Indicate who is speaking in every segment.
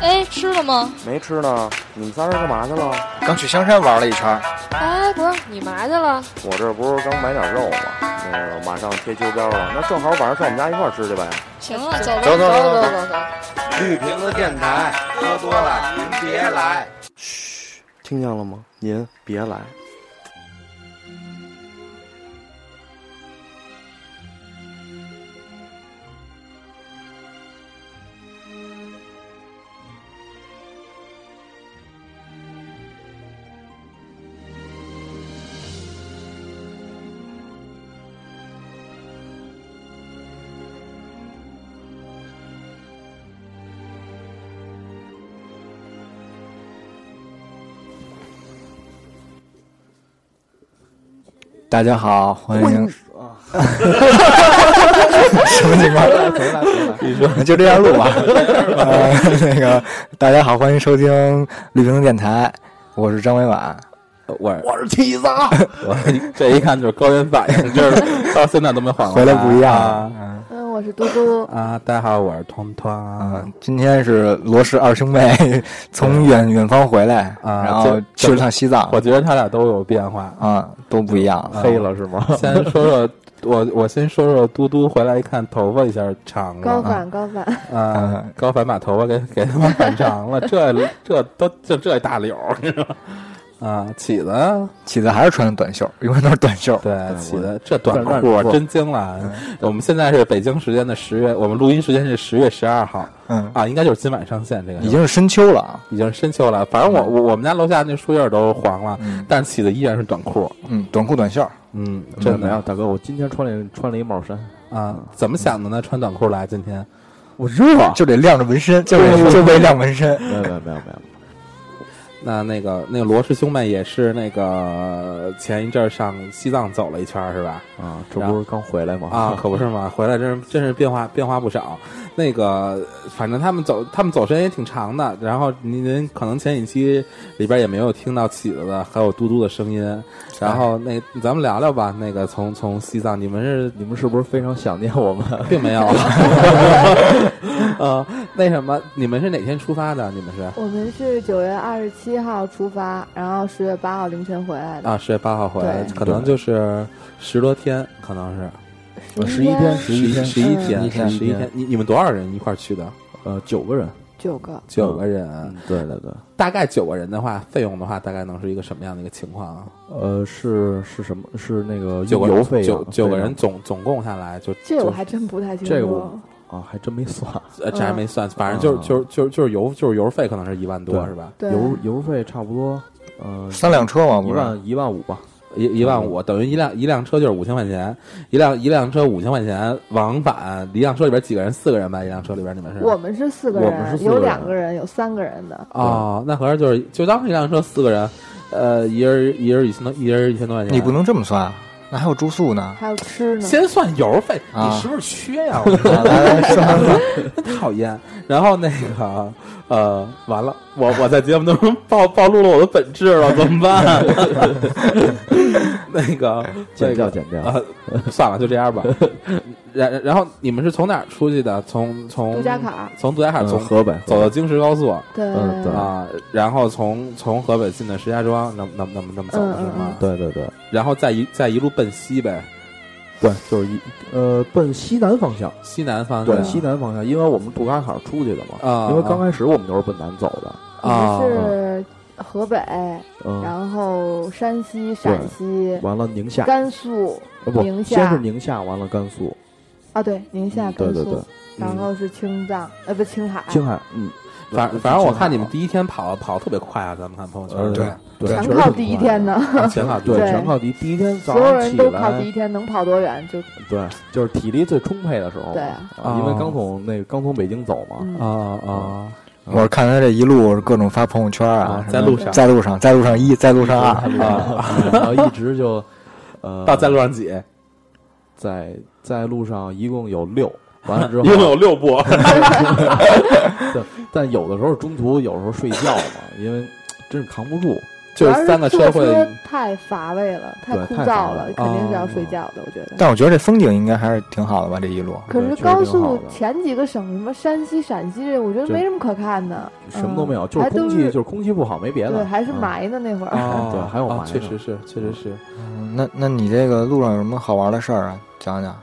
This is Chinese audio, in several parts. Speaker 1: 哎吃了吗？
Speaker 2: 没吃呢。你们仨人干嘛去了？
Speaker 3: 刚去香山玩了一圈，
Speaker 1: 哎，不是，你嘛去了？
Speaker 2: 我这不是刚买点肉吗？那个马上贴秋膘了，那正好晚上上我们家一块儿吃去呗。
Speaker 1: 行了，走吧，
Speaker 3: 走走
Speaker 1: 走
Speaker 3: 走走
Speaker 1: 走走。
Speaker 4: 绿瓶子电台，喝多了您别来。
Speaker 2: 听见了吗？您别来。
Speaker 3: 大家好，欢迎。什么情况？你说就这样录吧。呃，那个，大家好，欢迎收听绿屏电台，我是张伟婉。
Speaker 5: 我
Speaker 2: 我是梯子。
Speaker 5: 我 这一看就是高原反应， 就是到现在都没缓过
Speaker 3: 回来不一样
Speaker 5: 啊。
Speaker 1: 嗯，我是嘟嘟。
Speaker 5: 啊！大家好，我是彤彤啊
Speaker 3: 嗯，今天是罗氏二兄妹从远远方回来，
Speaker 5: 啊
Speaker 3: 然后去了趟西藏，
Speaker 5: 我觉得他俩都有变化。嗯
Speaker 3: 啊，都不一样了。
Speaker 2: 黑了是吗？
Speaker 5: 先说说我，我先说说嘟嘟回来一看，头发一下长
Speaker 6: 高
Speaker 5: 了
Speaker 6: 反高反，
Speaker 5: 啊！高反把头发给 给他妈反长了，这这都就这大绺儿，你知道吗？啊，起子，
Speaker 3: 起子还是穿的短袖，永远都是短袖。
Speaker 5: 对，起子这短
Speaker 2: 短
Speaker 5: 裤
Speaker 2: 裤
Speaker 5: 真惊了。啊我们现在是北京时间的十月，我们录音时间是十月十二号
Speaker 3: 嗯，
Speaker 5: 啊，应该就是今晚上线这个是吧。
Speaker 3: 已经是深秋了啊。
Speaker 5: 已经深秋了，反正我我我们家楼下那树叶都黄了，但是起的依然是短裤，
Speaker 3: 嗯，短裤短袖，
Speaker 5: 嗯，
Speaker 2: 这
Speaker 5: 真
Speaker 2: 没有，
Speaker 5: 的
Speaker 2: 大哥，我今天穿了穿了一帽衫，
Speaker 5: 啊，怎么想的呢？穿短裤来今天，
Speaker 2: 我热。
Speaker 3: 就得晾着纹身，就得就为晾纹身。
Speaker 2: 没有没有没有没有，
Speaker 5: 那那个那个罗氏兄妹也是那个前一阵儿上西藏走了一圈儿是吧？
Speaker 2: 啊，这不是刚回来吗？
Speaker 5: 啊，可不是嘛，回来真是真是变化变化不少。那个，反正他们走他们走时间也挺长的。然后您您可能前几期里边也没有听到起子的，还有嘟嘟的声音。然后那咱们聊聊吧。那个从从西藏，你们是
Speaker 2: 你们是不是非常想念我们？
Speaker 5: 并没有。 呃，那什么，你们是哪天出发的？你们是
Speaker 6: 我们是九月二十七号出发，然后十月八号凌晨回来的，
Speaker 5: 啊，十月八号回来，
Speaker 6: 对
Speaker 5: 可能就是十多天，可能是
Speaker 6: 十一天
Speaker 5: 十一十一天，
Speaker 2: 嗯
Speaker 5: 十一天。你你们多少人一块儿去的？嗯
Speaker 2: 呃，九个人。
Speaker 6: 九个，
Speaker 5: 九个人，
Speaker 2: 对对对。
Speaker 5: 大概九个人的话，费用的话，大概能是一个什么样的一个情况啊？
Speaker 2: 呃，是是什么？是那个
Speaker 5: 九个
Speaker 2: 油费
Speaker 5: 人，
Speaker 2: 啊
Speaker 5: 九九个
Speaker 2: 费用
Speaker 5: 人总总共下来就呃
Speaker 6: 这我
Speaker 5: 就
Speaker 6: 还真不太清楚。
Speaker 2: 这个我啊，还真没算。
Speaker 5: 呃这还
Speaker 6: 嗯
Speaker 5: 没算，反正就是就是就是就是油就是油费可能是一万多
Speaker 2: 对
Speaker 5: 是吧？
Speaker 6: 对
Speaker 2: 油油费差不多，呃，
Speaker 3: 三辆车嘛，
Speaker 2: 一
Speaker 3: 不是？
Speaker 2: 万一万五吧。
Speaker 5: 一一万五等于一辆一辆车就是五千块钱，一辆一辆车五千块钱往返，一辆车里边几个人？四个人吧，一辆车里边你们是？
Speaker 6: 我们是四个
Speaker 2: 我们是
Speaker 6: 人，
Speaker 2: 四个人
Speaker 6: 有两个人，有三个人的，
Speaker 5: 哦，那合着就是就当是一辆车四个人，呃，一人一人一千多，一人一千多块钱。
Speaker 3: 你不能这么算啊，那还有住宿呢。
Speaker 6: 还有吃呢。
Speaker 5: 先算油费，
Speaker 3: 啊
Speaker 5: 你是不是 缺呀、我
Speaker 3: 啊来来，说完了，
Speaker 5: 真讨厌。然后那个呃，完了，我我在节目当中暴暴露了我的本质了，怎么办？ 那个
Speaker 2: 减
Speaker 5: 那
Speaker 2: 掉
Speaker 5: 个
Speaker 2: 减掉。嗯
Speaker 5: 啊，算了，就这样吧。然然后你们是从哪儿出去的？从从
Speaker 6: 杜家坎儿，
Speaker 5: 从杜家坎
Speaker 2: 嗯
Speaker 5: 从
Speaker 2: 河北
Speaker 5: 走到京石高速
Speaker 6: 对，
Speaker 2: 嗯对
Speaker 5: 啊，然后从从河北进的石家庄，那么那么那么那么走
Speaker 6: 嗯
Speaker 5: 是
Speaker 6: 嗯
Speaker 5: 吗？
Speaker 2: 对对对，
Speaker 5: 然后再一再一路奔西呗，
Speaker 2: 对，就是一呃，奔西南方向，
Speaker 5: 西南方
Speaker 2: 对
Speaker 5: 向
Speaker 2: 西南方向，因为我们杜家坎儿出去的嘛，
Speaker 5: 啊，
Speaker 2: 因为刚开始我们就是奔南走的，
Speaker 5: 啊
Speaker 6: 我们是河北，
Speaker 2: 嗯，
Speaker 6: 然后山西、陕西、
Speaker 2: 完了宁夏，
Speaker 6: 甘肃
Speaker 2: 呃不，
Speaker 6: 宁夏
Speaker 2: 先是宁夏，完了甘肃，
Speaker 6: 啊，对，宁夏、
Speaker 2: 嗯对
Speaker 6: 甘
Speaker 2: 对对
Speaker 6: 肃，，啊然后是青藏，呃，不，青海，
Speaker 2: 青海，嗯，
Speaker 5: 反反正我看你们
Speaker 2: 第
Speaker 5: 第一天跑跑得特别快啊，咱们看朋友圈
Speaker 2: 呃
Speaker 3: 对
Speaker 2: 对，
Speaker 6: 全
Speaker 2: 确实
Speaker 6: 靠
Speaker 2: 挺
Speaker 6: 第一
Speaker 2: 快
Speaker 6: 天
Speaker 2: 的，
Speaker 6: 呢，
Speaker 5: 全 靠
Speaker 2: 对，
Speaker 6: 对
Speaker 2: 全靠第一第一天早
Speaker 6: 所有
Speaker 2: 上
Speaker 6: 人
Speaker 2: 起
Speaker 6: 都靠第
Speaker 2: 来，
Speaker 6: 一天，能跑多远就
Speaker 2: 对，就是体力最充沛的时候嘛，
Speaker 6: 对
Speaker 2: 啊
Speaker 6: 啊
Speaker 2: 因为
Speaker 5: 啊
Speaker 2: 刚从那个刚从北京走嘛，
Speaker 6: 嗯
Speaker 5: 啊啊
Speaker 3: 我是看他这一路各种发朋友圈啊
Speaker 5: 啊，
Speaker 3: 什么
Speaker 5: 在路上
Speaker 3: 在路上，在路上一，在路上二，
Speaker 2: 啊，然后一直就，呃，
Speaker 5: 到在路上几？
Speaker 2: 在在路上一共有 六，完了之后
Speaker 5: 一，共有六步，
Speaker 2: 但有的时候中途有时候睡觉嘛，因为真是扛不住，
Speaker 5: 就
Speaker 6: 主要
Speaker 5: 是三个
Speaker 6: 坐
Speaker 5: 车 会，
Speaker 6: 车太乏味了，太
Speaker 5: 对
Speaker 6: 枯
Speaker 5: 太乏
Speaker 6: 燥
Speaker 5: 味
Speaker 6: 了
Speaker 5: 了，
Speaker 6: 肯定是要
Speaker 5: 哦
Speaker 6: 睡觉的。我觉得。
Speaker 3: 但我觉得这风景应该还是挺好的吧，这一路。
Speaker 6: 可是
Speaker 5: 确实
Speaker 6: 高
Speaker 5: 挺好
Speaker 6: 速嗯
Speaker 5: 的
Speaker 6: 前几个省，什么山西、陕西这，我觉得
Speaker 7: 就
Speaker 6: 没什么可看的，
Speaker 7: 什么都没有，
Speaker 6: 嗯
Speaker 7: 就是
Speaker 6: 还
Speaker 7: 空
Speaker 6: 都
Speaker 7: 气，就是空气不好，没别的。
Speaker 6: 对，还是
Speaker 7: 嗯。
Speaker 6: 埋呢那会儿。
Speaker 5: 哦
Speaker 7: 对还有
Speaker 5: 哦
Speaker 7: 埋
Speaker 5: 确
Speaker 7: 呢
Speaker 5: 实是，确实是。
Speaker 3: 嗯那那你这个路上有什么好玩的事儿啊？讲讲。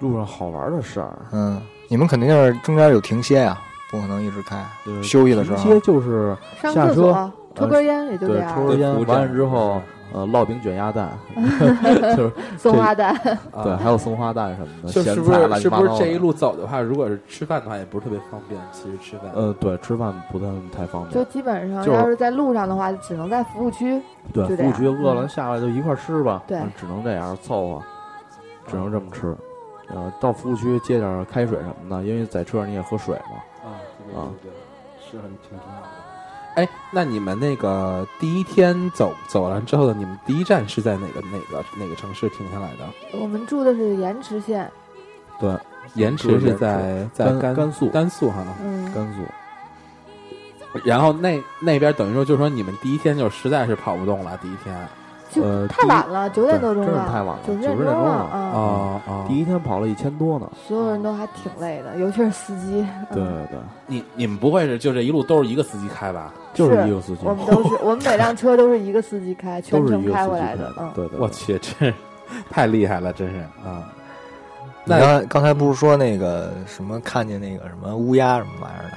Speaker 2: 路上好玩的事儿，
Speaker 3: 嗯，你们肯定是中间有停歇呀、啊不可能一直开。
Speaker 7: 呃
Speaker 3: 休息的时候
Speaker 7: 直接就是
Speaker 6: 上
Speaker 7: 下
Speaker 6: 厕
Speaker 7: 车啊
Speaker 6: 所抽根烟也就这
Speaker 7: 对抽
Speaker 6: 样，
Speaker 7: 根烟，
Speaker 5: 对
Speaker 7: 完了之后呃烙饼卷鸭蛋，就是
Speaker 6: 松花蛋。
Speaker 5: 啊
Speaker 7: 对，还有松花蛋什么
Speaker 5: 嗯
Speaker 7: 的，
Speaker 5: 就
Speaker 7: 咸
Speaker 5: 是不
Speaker 7: 菜乱
Speaker 5: 是
Speaker 7: 七
Speaker 5: 是
Speaker 7: 八
Speaker 5: 不
Speaker 7: 糟
Speaker 5: 是
Speaker 7: 的
Speaker 5: 这一路走的话，如果是吃饭的话，也不是特别方便。其实吃饭，
Speaker 7: 呃对，吃饭不太太方
Speaker 6: 就
Speaker 7: 便。
Speaker 6: 基本上，
Speaker 7: 就是
Speaker 6: 要是在路上的话，只能在服务区。
Speaker 7: 对，
Speaker 6: 就这
Speaker 7: 服务
Speaker 6: 样嗯
Speaker 7: 区饿了下来就一块儿吃吧，嗯
Speaker 6: 对
Speaker 7: 只能这样凑合，只能这么吃。呃，到服务区接点开水什么的，因为在车上你也喝水嘛。
Speaker 5: 啊，对
Speaker 7: 啊
Speaker 5: 对对，是很挺重要的。哎，那你们那个第一天走走完之后呢？你们第一站是在哪个哪个哪个城市停下来的？
Speaker 6: 我们住的是盐池县，
Speaker 5: 延池是在在
Speaker 7: 甘
Speaker 5: 甘
Speaker 7: 甘肃
Speaker 5: 甘肃哈。
Speaker 6: 嗯，
Speaker 7: 甘肃，
Speaker 5: 然后那那边等于说，就是说你们第一天就实在是跑不动了，第一天啊
Speaker 6: 就
Speaker 7: 呃
Speaker 6: 太
Speaker 7: 第一
Speaker 6: 晚了，九点
Speaker 7: 对
Speaker 6: 多钟
Speaker 7: 真是
Speaker 6: 了，
Speaker 7: 太晚了
Speaker 6: 九
Speaker 7: 9
Speaker 6: 钟
Speaker 7: 点钟
Speaker 6: 了
Speaker 7: 了
Speaker 5: 啊、
Speaker 6: 啊！
Speaker 5: 哦哦
Speaker 7: 第一天跑了一千多呢。
Speaker 6: 所有人都还挺累的，尤其是司机。嗯
Speaker 7: 对，对对，
Speaker 5: 你你们不会是就这一路都是一个司机开吧？
Speaker 7: 就是
Speaker 6: 是
Speaker 7: 一个司机，
Speaker 6: 我们都是，我们每辆车都是一个司机开，全
Speaker 7: 都是一
Speaker 6: 程
Speaker 7: 个
Speaker 6: 开
Speaker 7: 司
Speaker 6: 回
Speaker 7: 机
Speaker 6: 来
Speaker 7: 开
Speaker 6: 的。嗯，
Speaker 7: 对对，
Speaker 5: 我
Speaker 7: 对
Speaker 5: 去，这太厉害了，真是啊！
Speaker 3: 你
Speaker 5: 那
Speaker 3: 刚刚才不是说那个什么看见那个什么乌鸦什么玩意儿的？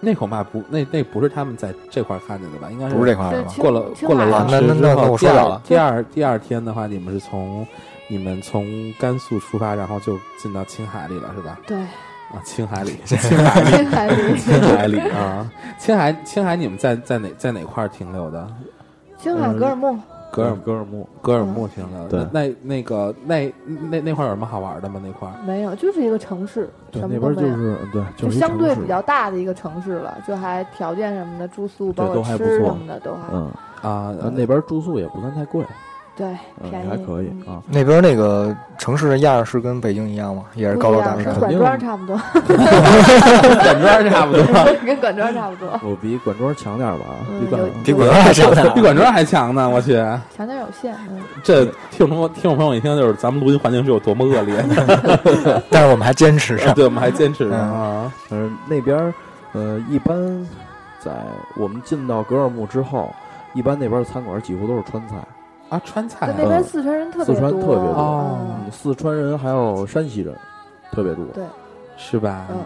Speaker 5: 那恐怕不，那那不是他们在这块儿看见的吧？应该是
Speaker 3: 不是这块儿
Speaker 6: 对
Speaker 3: 是吧？
Speaker 6: 青
Speaker 5: 过了
Speaker 6: 青
Speaker 5: 过了
Speaker 6: 海
Speaker 3: 啊
Speaker 5: 两
Speaker 3: 那那
Speaker 6: 的
Speaker 3: 那那我
Speaker 5: 第
Speaker 3: 说
Speaker 5: 二
Speaker 3: 早了啊
Speaker 5: 第二第二天的话，你们是从你们从甘肃出发，然后就进到青海里了，是吧？
Speaker 6: 对，
Speaker 5: 啊，青海 里，青海里，
Speaker 6: 青海里，
Speaker 5: 青海里啊，青海青海，你们在在哪在哪块儿停留的？
Speaker 6: 青
Speaker 7: 嗯
Speaker 6: 海格尔木。
Speaker 5: 格尔
Speaker 7: 格尔木，
Speaker 5: 格尔木停留的
Speaker 7: 对。
Speaker 5: 那那那个那那那块儿有什么好玩的吗？那块儿啊
Speaker 6: 没有，就是一个城市，
Speaker 7: 对，
Speaker 6: 什
Speaker 7: 那
Speaker 6: 么都
Speaker 7: 边
Speaker 6: 没
Speaker 7: 就
Speaker 6: 有。
Speaker 7: 是对，
Speaker 6: 就是
Speaker 7: 一
Speaker 6: 相
Speaker 7: 城
Speaker 6: 对
Speaker 7: 市
Speaker 6: 比较大的一个城市了，就还条件什么的，住宿包
Speaker 7: 都
Speaker 6: 括
Speaker 7: 还不
Speaker 6: 吃
Speaker 7: 错
Speaker 6: 什么的都还
Speaker 7: 嗯，
Speaker 5: 啊，
Speaker 7: 呃那边住宿也不算太贵，
Speaker 6: 对
Speaker 7: 嗯，
Speaker 6: 便
Speaker 7: 也
Speaker 6: 宜，
Speaker 7: 还可以
Speaker 6: 嗯
Speaker 7: 啊。
Speaker 3: 那边那个城市的样儿是跟北京一样吗？也是高楼大
Speaker 6: 不一
Speaker 3: 厦
Speaker 6: 样跟
Speaker 7: 肯
Speaker 6: 管庄
Speaker 7: 定
Speaker 6: 差不多，
Speaker 5: 两边差不多，
Speaker 6: 跟管庄差不多，
Speaker 7: 我比管庄强点儿吧，啊
Speaker 6: 嗯
Speaker 7: 比管
Speaker 6: 有
Speaker 3: 比广州还强呢。
Speaker 7: 庄
Speaker 5: 比管庄还强呢！我去，
Speaker 6: 强点有限。嗯，
Speaker 5: 这听众听众朋友一听就是咱们录音环境是有多么恶 劣，
Speaker 3: 但是我们还坚持上。
Speaker 5: 对，我们还坚持着啊。
Speaker 7: 但是那边儿，呃，一般在我们进到格尔木之后，一般那边儿的餐馆几乎都是川菜，
Speaker 5: 啊，川菜
Speaker 6: 就
Speaker 5: 啊
Speaker 6: 那边四川人特别
Speaker 7: 哎嗯四川特别多
Speaker 5: 哦
Speaker 6: 嗯
Speaker 7: 嗯四川人还有山西人特别多。
Speaker 6: 对，
Speaker 5: 是吧？
Speaker 6: 嗯，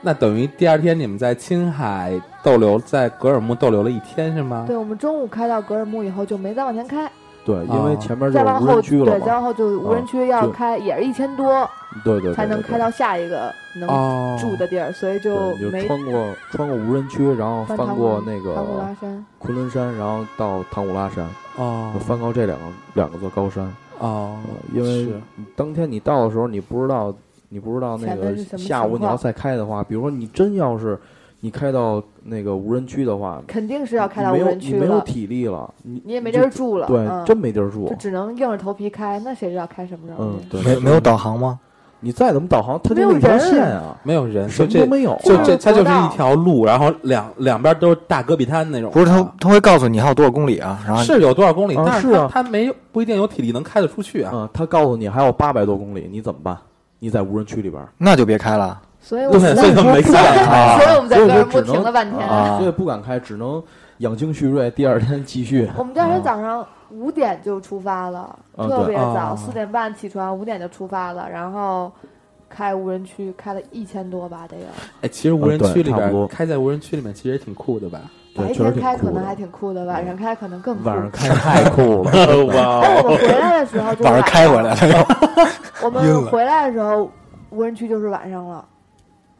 Speaker 5: 那等于第二天你们在青海逗留，在格尔木逗留了一天是吗？
Speaker 6: 对，我们中午开到格尔木以后就没再往前开，
Speaker 7: 对，因为前面就
Speaker 6: 再
Speaker 7: 是
Speaker 6: 往
Speaker 7: 无
Speaker 6: 后
Speaker 7: 人区了
Speaker 6: 对，啊再
Speaker 7: 嘛，
Speaker 6: 往后就无人区
Speaker 7: 啊
Speaker 6: 要
Speaker 7: 就
Speaker 6: 开，也是一千多
Speaker 7: 对对对，
Speaker 6: 才能
Speaker 7: 对
Speaker 6: 开到。下一个能
Speaker 5: 哦，
Speaker 6: 住的地儿，所以
Speaker 7: 对
Speaker 6: 就
Speaker 7: 你就
Speaker 6: 没
Speaker 7: 穿过穿过无人区，然后
Speaker 6: 翻
Speaker 7: 翻
Speaker 6: 唐
Speaker 7: 过
Speaker 6: 古
Speaker 7: 那
Speaker 6: 唐古拉
Speaker 7: 个
Speaker 6: 山。
Speaker 7: 昆仑山，然后到唐古拉山，
Speaker 5: 哦
Speaker 7: 就翻过这两个两个座高山。
Speaker 5: 哦
Speaker 7: 呃，因为
Speaker 5: 是
Speaker 7: 当天你到的时候，你不知道，你不知道那
Speaker 6: 前
Speaker 7: 个
Speaker 6: 面是什么
Speaker 7: 下午
Speaker 6: 情
Speaker 7: 你要
Speaker 6: 况
Speaker 7: 再开的话，比如说你真要是你开到那个无人区的话，
Speaker 6: 肯定是要开到无
Speaker 7: 你没有
Speaker 6: 人区
Speaker 7: 你没有
Speaker 6: 了，
Speaker 7: 体力了，你
Speaker 6: 你也没地
Speaker 7: 就
Speaker 6: 儿住了，嗯
Speaker 7: 对，真没地儿住
Speaker 6: 就。只能硬着头皮开，那谁知道开什么时候
Speaker 7: 嗯
Speaker 6: 呢？，
Speaker 7: 对，
Speaker 3: 没没有导航吗？
Speaker 7: 你再怎么导航，它
Speaker 6: 没
Speaker 7: 就
Speaker 6: 有
Speaker 7: 那一条
Speaker 6: 人
Speaker 7: 线啊，
Speaker 5: 没有人，
Speaker 7: 什
Speaker 5: 就这
Speaker 7: 么都没有啊。
Speaker 5: 就
Speaker 6: 就是
Speaker 5: 这，它就
Speaker 6: 国
Speaker 5: 是
Speaker 6: 道
Speaker 5: 一条路，然后两两边都是大戈壁滩那种。
Speaker 3: 不是他他会告诉你还有多少公里啊？然后
Speaker 5: 啊是有多少公里，
Speaker 7: 啊
Speaker 5: 但
Speaker 7: 是
Speaker 5: 它
Speaker 7: 啊
Speaker 5: 它没有不一定有体力能开得出去啊。
Speaker 7: 嗯，他告诉你还有八百多公里，你怎么办？你在无人区里边儿
Speaker 3: 那就别开了。
Speaker 6: 所以我
Speaker 5: 对，
Speaker 6: 们
Speaker 5: 所以
Speaker 6: 在，
Speaker 5: 他们没看啊。
Speaker 6: 所以我们在
Speaker 7: 所以
Speaker 6: 格
Speaker 7: 就
Speaker 6: 尔木
Speaker 7: 只能
Speaker 6: 停了半天。
Speaker 3: 啊
Speaker 7: 所以不敢开，只能养精蓄锐，第二天继续。
Speaker 6: 我们第二天早上五点就出发了，
Speaker 7: 嗯啊
Speaker 6: 特
Speaker 5: 对
Speaker 6: 别
Speaker 5: 啊
Speaker 6: 早，四点半起床，五点就出发了，然后开无人区，开了一千多吧，得有。
Speaker 5: 哎，其实无人
Speaker 7: 啊对
Speaker 5: 区里
Speaker 7: 差不
Speaker 5: 边
Speaker 7: 多
Speaker 5: 开在无人区里面其实也挺酷的吧？
Speaker 7: 对
Speaker 6: 白
Speaker 7: 确实
Speaker 6: 天
Speaker 7: 挺
Speaker 6: 开
Speaker 7: 酷
Speaker 6: 可能
Speaker 7: 的
Speaker 6: 还挺酷的，晚上开可能更酷。
Speaker 7: 晚上开 太酷了，
Speaker 6: 但我们回来的时候就
Speaker 3: 晚上开回来
Speaker 6: 了。
Speaker 3: 了，
Speaker 6: 我
Speaker 3: 晕
Speaker 6: 们
Speaker 3: 了
Speaker 6: 回来的时候，无人区就是晚上了。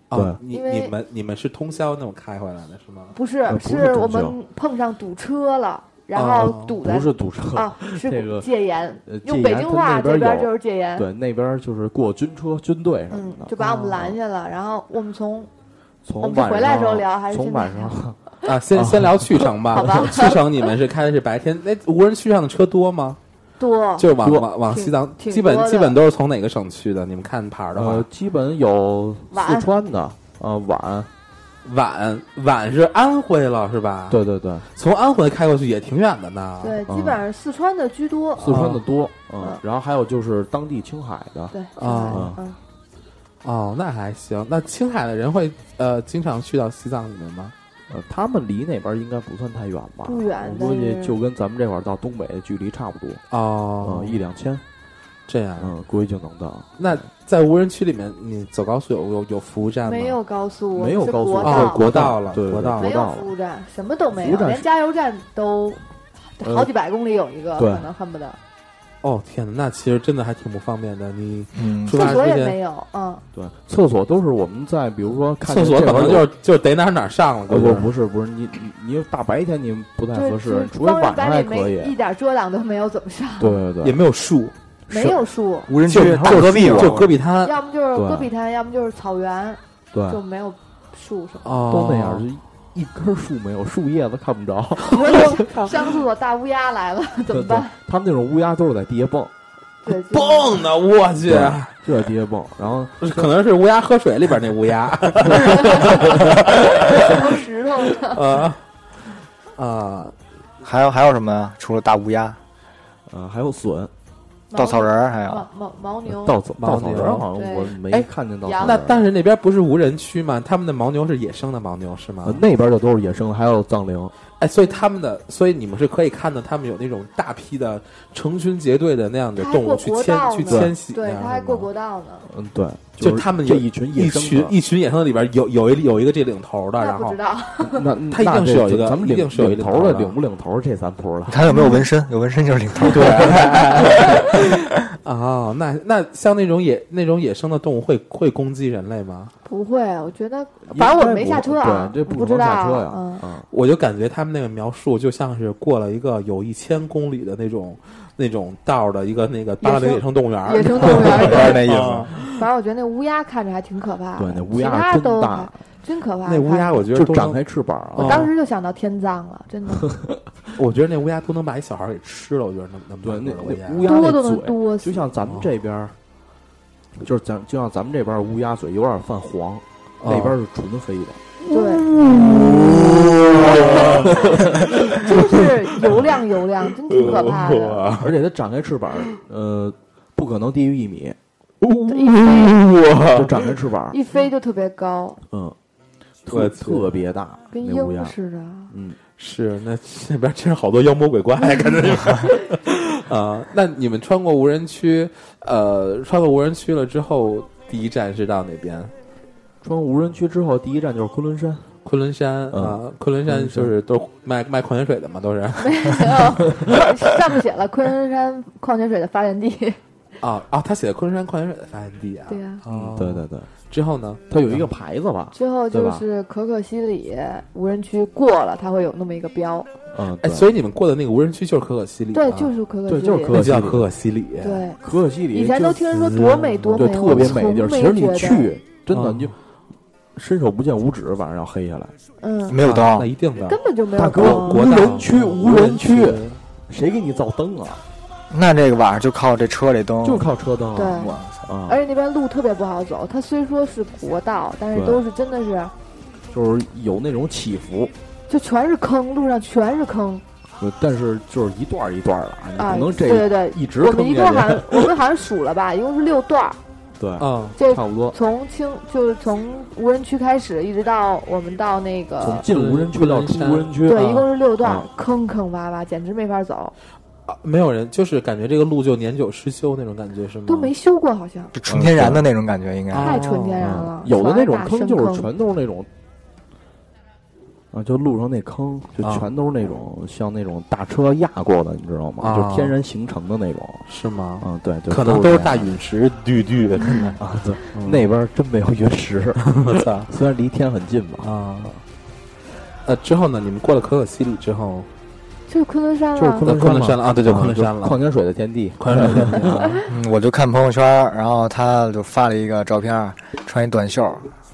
Speaker 5: 啊，你
Speaker 6: 因为
Speaker 5: 你们你们是通宵那种开回来的是吗？
Speaker 6: 不是
Speaker 7: 呃，不是
Speaker 6: 是
Speaker 7: 中
Speaker 6: 我
Speaker 7: 秋
Speaker 6: 们碰上堵车了，然
Speaker 5: 哦
Speaker 6: 后堵在
Speaker 7: 不是堵车，
Speaker 6: 啊，是
Speaker 7: 这个
Speaker 6: 戒严
Speaker 7: 呃，戒
Speaker 6: 用北
Speaker 7: 严
Speaker 6: 京
Speaker 7: 它
Speaker 6: 话
Speaker 7: 那
Speaker 6: 这
Speaker 7: 边
Speaker 6: 边
Speaker 7: 有
Speaker 6: 就是戒严，
Speaker 7: 对，哦那边儿就是过军车、军队什
Speaker 6: 嗯
Speaker 7: 么，的。
Speaker 6: 就把我们拦下了。然后我们从
Speaker 7: 从
Speaker 6: 我们
Speaker 7: 晚
Speaker 6: 回来的时候
Speaker 7: 上
Speaker 6: 聊还是
Speaker 7: 从
Speaker 6: 现
Speaker 7: 晚
Speaker 6: 在
Speaker 7: 上
Speaker 5: 啊，先先聊去程吧。
Speaker 6: 好吧
Speaker 5: 去程你们是开的是白天，那无人区上的车多吗？
Speaker 6: 多
Speaker 5: 就是往
Speaker 7: 哦多
Speaker 5: 往往
Speaker 6: 挺
Speaker 5: 西藏，
Speaker 6: 挺
Speaker 5: 基本
Speaker 6: 多的
Speaker 5: 基本都是从哪个省去的？你们看牌儿的话
Speaker 7: 呃，，基本有
Speaker 6: 晚
Speaker 7: 四川的，呃，皖，
Speaker 5: 皖皖是安徽了是吧？，
Speaker 7: 对对对，
Speaker 5: 从安徽开过去也挺远的呢。
Speaker 6: 对，
Speaker 7: 嗯
Speaker 6: 基本上四川的居多。
Speaker 7: 四川的多，嗯
Speaker 6: 嗯，
Speaker 7: 然后还有就是当地青海的，
Speaker 6: 对，
Speaker 5: 啊
Speaker 6: 嗯，
Speaker 5: 哦，那还行。那青海的人会呃经常去到西藏里面吗？
Speaker 7: 呃，他们离那边应该不算太远吧？
Speaker 6: 不远
Speaker 7: 我估计
Speaker 6: 但是
Speaker 7: 就跟咱们这块儿到东北的距离差不多，
Speaker 5: 哦
Speaker 7: 嗯，，一两千，
Speaker 5: 这样。
Speaker 7: 嗯，估计就能到。
Speaker 5: 那在无人区里面，你走高速有有有服务站吗？
Speaker 6: 没有高速，
Speaker 7: 哦没有
Speaker 6: 是
Speaker 7: 高速啊
Speaker 6: 国
Speaker 5: 哦
Speaker 6: 道，
Speaker 5: 国道了
Speaker 7: 对，
Speaker 5: 国道
Speaker 6: 没
Speaker 7: 国
Speaker 6: 有
Speaker 7: 道
Speaker 6: 服
Speaker 7: 了。
Speaker 6: 务站，什么都没
Speaker 7: 服
Speaker 6: 有
Speaker 7: 务，站是
Speaker 6: 连加油站都
Speaker 7: 呃
Speaker 6: 好几百公里有一个，
Speaker 7: 对
Speaker 6: 可能恨不得
Speaker 5: 哦，天哪，那其实真的还挺不方便的。你
Speaker 3: 嗯，
Speaker 5: 出
Speaker 6: 厕
Speaker 5: 发
Speaker 6: 所
Speaker 5: 之
Speaker 6: 也
Speaker 5: 前，
Speaker 6: 没有，嗯，
Speaker 7: 对，厕所都是我们在比如说看
Speaker 5: 厕所
Speaker 7: 这
Speaker 5: 可
Speaker 7: 会儿
Speaker 5: 能
Speaker 7: 有
Speaker 5: 就是就是逮哪儿哪儿上了，
Speaker 7: 呃
Speaker 5: 就是
Speaker 7: 不不是不是你你你大白天你不太
Speaker 6: 对，
Speaker 7: 合适，
Speaker 6: 就
Speaker 7: 除非
Speaker 6: 方
Speaker 7: 晚
Speaker 6: 圆
Speaker 7: 上
Speaker 6: 百
Speaker 7: 还
Speaker 6: 里
Speaker 7: 可以
Speaker 6: 没。一点遮挡都没有，怎么上？
Speaker 7: 对对对，
Speaker 5: 也没有树，
Speaker 6: 没有树，
Speaker 3: 无人区
Speaker 5: 就
Speaker 3: 大戈壁
Speaker 5: 就
Speaker 3: 了，
Speaker 5: 戈壁滩
Speaker 6: 要么就是
Speaker 7: 呃对
Speaker 6: 戈壁滩，要么就是草原，
Speaker 7: 对，
Speaker 6: 就没有树 什么。
Speaker 5: 哦，
Speaker 7: 都那样，就一根树没有，树叶子看不着。
Speaker 6: 你说上厕所大乌鸦来了怎么办？
Speaker 7: 他们那种乌鸦都是在地下蹦，
Speaker 6: 对，就
Speaker 5: 蹦的，我去，
Speaker 7: 就在地下蹦，然后
Speaker 5: 可能是乌鸦喝水里边那乌鸦，
Speaker 6: 是石头的，
Speaker 5: 呃呃，
Speaker 3: 还有还有什么呀？除了大乌鸦、
Speaker 7: 呃还有笋、
Speaker 3: 稻草人啊儿，还有
Speaker 6: 牦牦牦牛，
Speaker 7: 稻草、稻草
Speaker 5: 牦牛
Speaker 7: 人，好像
Speaker 6: 哎对
Speaker 7: 我没
Speaker 5: 哎
Speaker 7: 看见稻
Speaker 6: 羊
Speaker 7: 草
Speaker 5: 那
Speaker 7: 人。
Speaker 5: 但是那边不是无人区吗？他们的牦牛是野生的牦牛是吗
Speaker 7: 呃？那边就都是野生的，还有藏羚。
Speaker 5: 哎，所以他们的，所以你们是可以看到他们有那种大批的成群结队的那样的
Speaker 6: 它还
Speaker 5: 动物
Speaker 6: 过
Speaker 5: 去
Speaker 6: 国
Speaker 5: 迁
Speaker 6: 道
Speaker 5: 去
Speaker 6: 呢
Speaker 5: 迁徙那样
Speaker 6: 对
Speaker 5: 的
Speaker 7: 啊
Speaker 5: 吗，，
Speaker 6: 它还过国道呢，
Speaker 7: 嗯，对，
Speaker 5: 就是他们
Speaker 7: 这
Speaker 5: 有
Speaker 7: 一群野
Speaker 5: 一
Speaker 7: 生
Speaker 5: 群
Speaker 7: 的，
Speaker 5: 一群野生的里边有有一有一个这领头的，
Speaker 6: 那
Speaker 5: 然
Speaker 6: 不
Speaker 5: 后
Speaker 6: 知道。
Speaker 7: 那
Speaker 5: 他一
Speaker 7: 那
Speaker 5: 定是
Speaker 7: 这
Speaker 5: 有一个
Speaker 7: 咱们
Speaker 5: 一
Speaker 7: 领
Speaker 5: 定是有一个
Speaker 7: 领头
Speaker 5: 领头
Speaker 7: 的，
Speaker 5: 的
Speaker 7: 领不领头这咱不知道。
Speaker 3: 看有没有纹身，有纹身就是领头。对，
Speaker 5: 哦，那那像那种野那种野生的动物会会攻击人类吗？
Speaker 6: 不会，我觉得反正我没下车啊，
Speaker 7: 对，这
Speaker 6: 我
Speaker 7: 不
Speaker 6: 不
Speaker 7: 能
Speaker 6: 知道
Speaker 7: 下车呀。
Speaker 6: 嗯，
Speaker 7: 啊，
Speaker 5: 我就感觉他们那个描述就像是过了一个有一千公里的那种那种道儿的一个那个八达岭野生动物园儿，
Speaker 6: 野生动物园儿。
Speaker 3: 不是那意
Speaker 5: 啊
Speaker 3: 思。
Speaker 6: 反正我觉得那乌鸦看着还挺可怕的，
Speaker 7: 对，那乌
Speaker 6: 啊其
Speaker 7: 鸦
Speaker 6: 他
Speaker 7: 真
Speaker 6: 都
Speaker 7: 大，
Speaker 6: 真可怕。
Speaker 5: 那乌鸦，我觉得
Speaker 7: 就
Speaker 5: 都
Speaker 7: 展
Speaker 5: 能，
Speaker 7: 开翅膀啊
Speaker 5: 哦
Speaker 6: 看，当时就想到天葬了，真 的
Speaker 5: 我觉得那乌鸦都能把一小孩儿给吃了。我觉得那那么
Speaker 7: 对，那
Speaker 5: 大个的
Speaker 7: 那
Speaker 5: 乌
Speaker 7: 乌
Speaker 5: 鸦，啊
Speaker 6: 多
Speaker 7: 鸦那
Speaker 6: 都能
Speaker 7: 嘴，
Speaker 6: 多死。
Speaker 7: 就像咱们这边儿，就是咱就像咱们这边儿乌鸦嘴有点泛黄，
Speaker 6: 啊
Speaker 7: 那
Speaker 5: 哦
Speaker 7: 边儿是纯黑的。
Speaker 6: 对，就是油亮油亮，真挺可怕的。
Speaker 7: 而且它展开翅膀，呃，不可能低于一 米，
Speaker 6: 一飞
Speaker 7: 就展开翅膀，
Speaker 6: 一飞就特别高，
Speaker 7: 嗯，
Speaker 5: 我
Speaker 7: 特
Speaker 5: 去
Speaker 7: 特别大，
Speaker 6: 跟
Speaker 7: 那乌鸦
Speaker 6: 鹰，似的。
Speaker 7: 嗯，
Speaker 5: 是那那边真是好多妖魔鬼怪，感觉就是 啊。那你们穿过无人区，呃，穿过无人区了之后，第一站是到哪边？
Speaker 7: 穿过无人区之后，第一站就是昆仑山，
Speaker 5: 昆仑山
Speaker 7: 嗯
Speaker 5: 啊，昆仑山就是都是卖卖矿泉水的嘛，都是
Speaker 6: 没 有，上面写了昆仑山矿泉水的发源地。
Speaker 5: 啊啊，他写的昆仑山矿泉水的发源地啊，
Speaker 6: 对呀，
Speaker 5: 哦
Speaker 7: 嗯对对对，
Speaker 5: 之后呢，
Speaker 7: 它有一个牌子吧，
Speaker 6: 之后
Speaker 7: 对
Speaker 6: 就
Speaker 7: 吧
Speaker 6: 是可可西里无人区过了，它会有那么一个标。
Speaker 7: 嗯，
Speaker 5: 哎，
Speaker 7: 对，
Speaker 5: 所以你们过的那个无人区就是可可西里啊，
Speaker 6: 对，就是可可西
Speaker 7: 对
Speaker 6: 里，
Speaker 7: 就是可
Speaker 5: 那叫可可西里，
Speaker 6: 对。
Speaker 7: 可可西里
Speaker 6: 以前都
Speaker 7: 就
Speaker 6: 听人说多美多美，
Speaker 7: 对特别美的地
Speaker 6: 我
Speaker 7: 儿，
Speaker 6: 从没
Speaker 7: 其实你
Speaker 6: 觉得，
Speaker 7: 去真的
Speaker 5: 嗯
Speaker 7: 你就伸手不见五指，晚上要黑下来。
Speaker 6: 嗯，
Speaker 3: 没有
Speaker 5: 啊那
Speaker 3: 灯，
Speaker 5: 一定的，
Speaker 6: 根本就没有
Speaker 7: 大哥
Speaker 6: 光
Speaker 5: 国
Speaker 7: 无
Speaker 5: 大
Speaker 7: 人区无人区
Speaker 5: 无
Speaker 7: 谁给你造灯啊？
Speaker 3: 那这个晚上就靠这车这灯。
Speaker 7: 就是靠车灯
Speaker 6: 对
Speaker 7: 啊，啊，
Speaker 6: 而且那边路特别不好走，它虽说是国道，但是
Speaker 7: 对
Speaker 6: 都是真的是，
Speaker 7: 就是有那种起伏，
Speaker 6: 就全是坑，路上全是坑
Speaker 7: 呃但是就是一段儿一段儿的啊，你
Speaker 6: 啊！
Speaker 7: 不能这
Speaker 6: 对对对，
Speaker 7: 一直
Speaker 6: 我
Speaker 7: 坑
Speaker 6: 们一
Speaker 7: 下
Speaker 6: 共好
Speaker 7: 去，
Speaker 6: 像我们好像数了吧，一共是六段儿，
Speaker 7: 对，
Speaker 6: 呃
Speaker 5: 啊，
Speaker 6: 这
Speaker 7: 差不多。
Speaker 6: 从清就是从无人区开始，一直到我们到那
Speaker 7: 从
Speaker 6: 个。
Speaker 7: 进无人区到出无人区，
Speaker 6: 对，
Speaker 5: 啊
Speaker 6: 一共是六段儿
Speaker 7: 啊，
Speaker 6: 坑坑洼洼，简直没法走，
Speaker 5: 啊没有人，就是感觉这个路就年久失修那种感觉是吗？
Speaker 7: 嗯
Speaker 6: 都没修过，好像
Speaker 3: 就纯天然的那种感觉，应该
Speaker 5: 啊
Speaker 6: 太纯天然
Speaker 7: 哦嗯
Speaker 6: 了。
Speaker 7: 有的那种
Speaker 6: 全
Speaker 7: 坑
Speaker 6: 是大深
Speaker 7: 就是全都是那种，啊，就路上那坑就
Speaker 5: 啊
Speaker 7: 全都是那种像那种大车压过的，你知道吗？就
Speaker 5: 啊
Speaker 7: 是天然形成的那种。
Speaker 5: 是吗？
Speaker 7: 嗯，对，就
Speaker 5: 可能都是大
Speaker 7: 这样
Speaker 5: 陨石绿绿的，
Speaker 7: 啊，对，那边儿真没有云石，
Speaker 5: 嗯 我操
Speaker 7: 虽然离天很近吧。
Speaker 5: 啊！呃，之后呢？你们过了可可西里之后，
Speaker 6: 就是昆仑山了，
Speaker 7: 就是昆
Speaker 5: 呃
Speaker 7: 仑
Speaker 5: 昆
Speaker 7: 山
Speaker 5: 仑
Speaker 7: 嘛
Speaker 5: 山了啊，对，就昆仑
Speaker 7: 就
Speaker 5: 山了，
Speaker 7: 矿泉水的天地，
Speaker 5: 昆仑山了啊。
Speaker 3: 嗯，我就看朋友圈，然后他就发了一个照片，穿一短袖，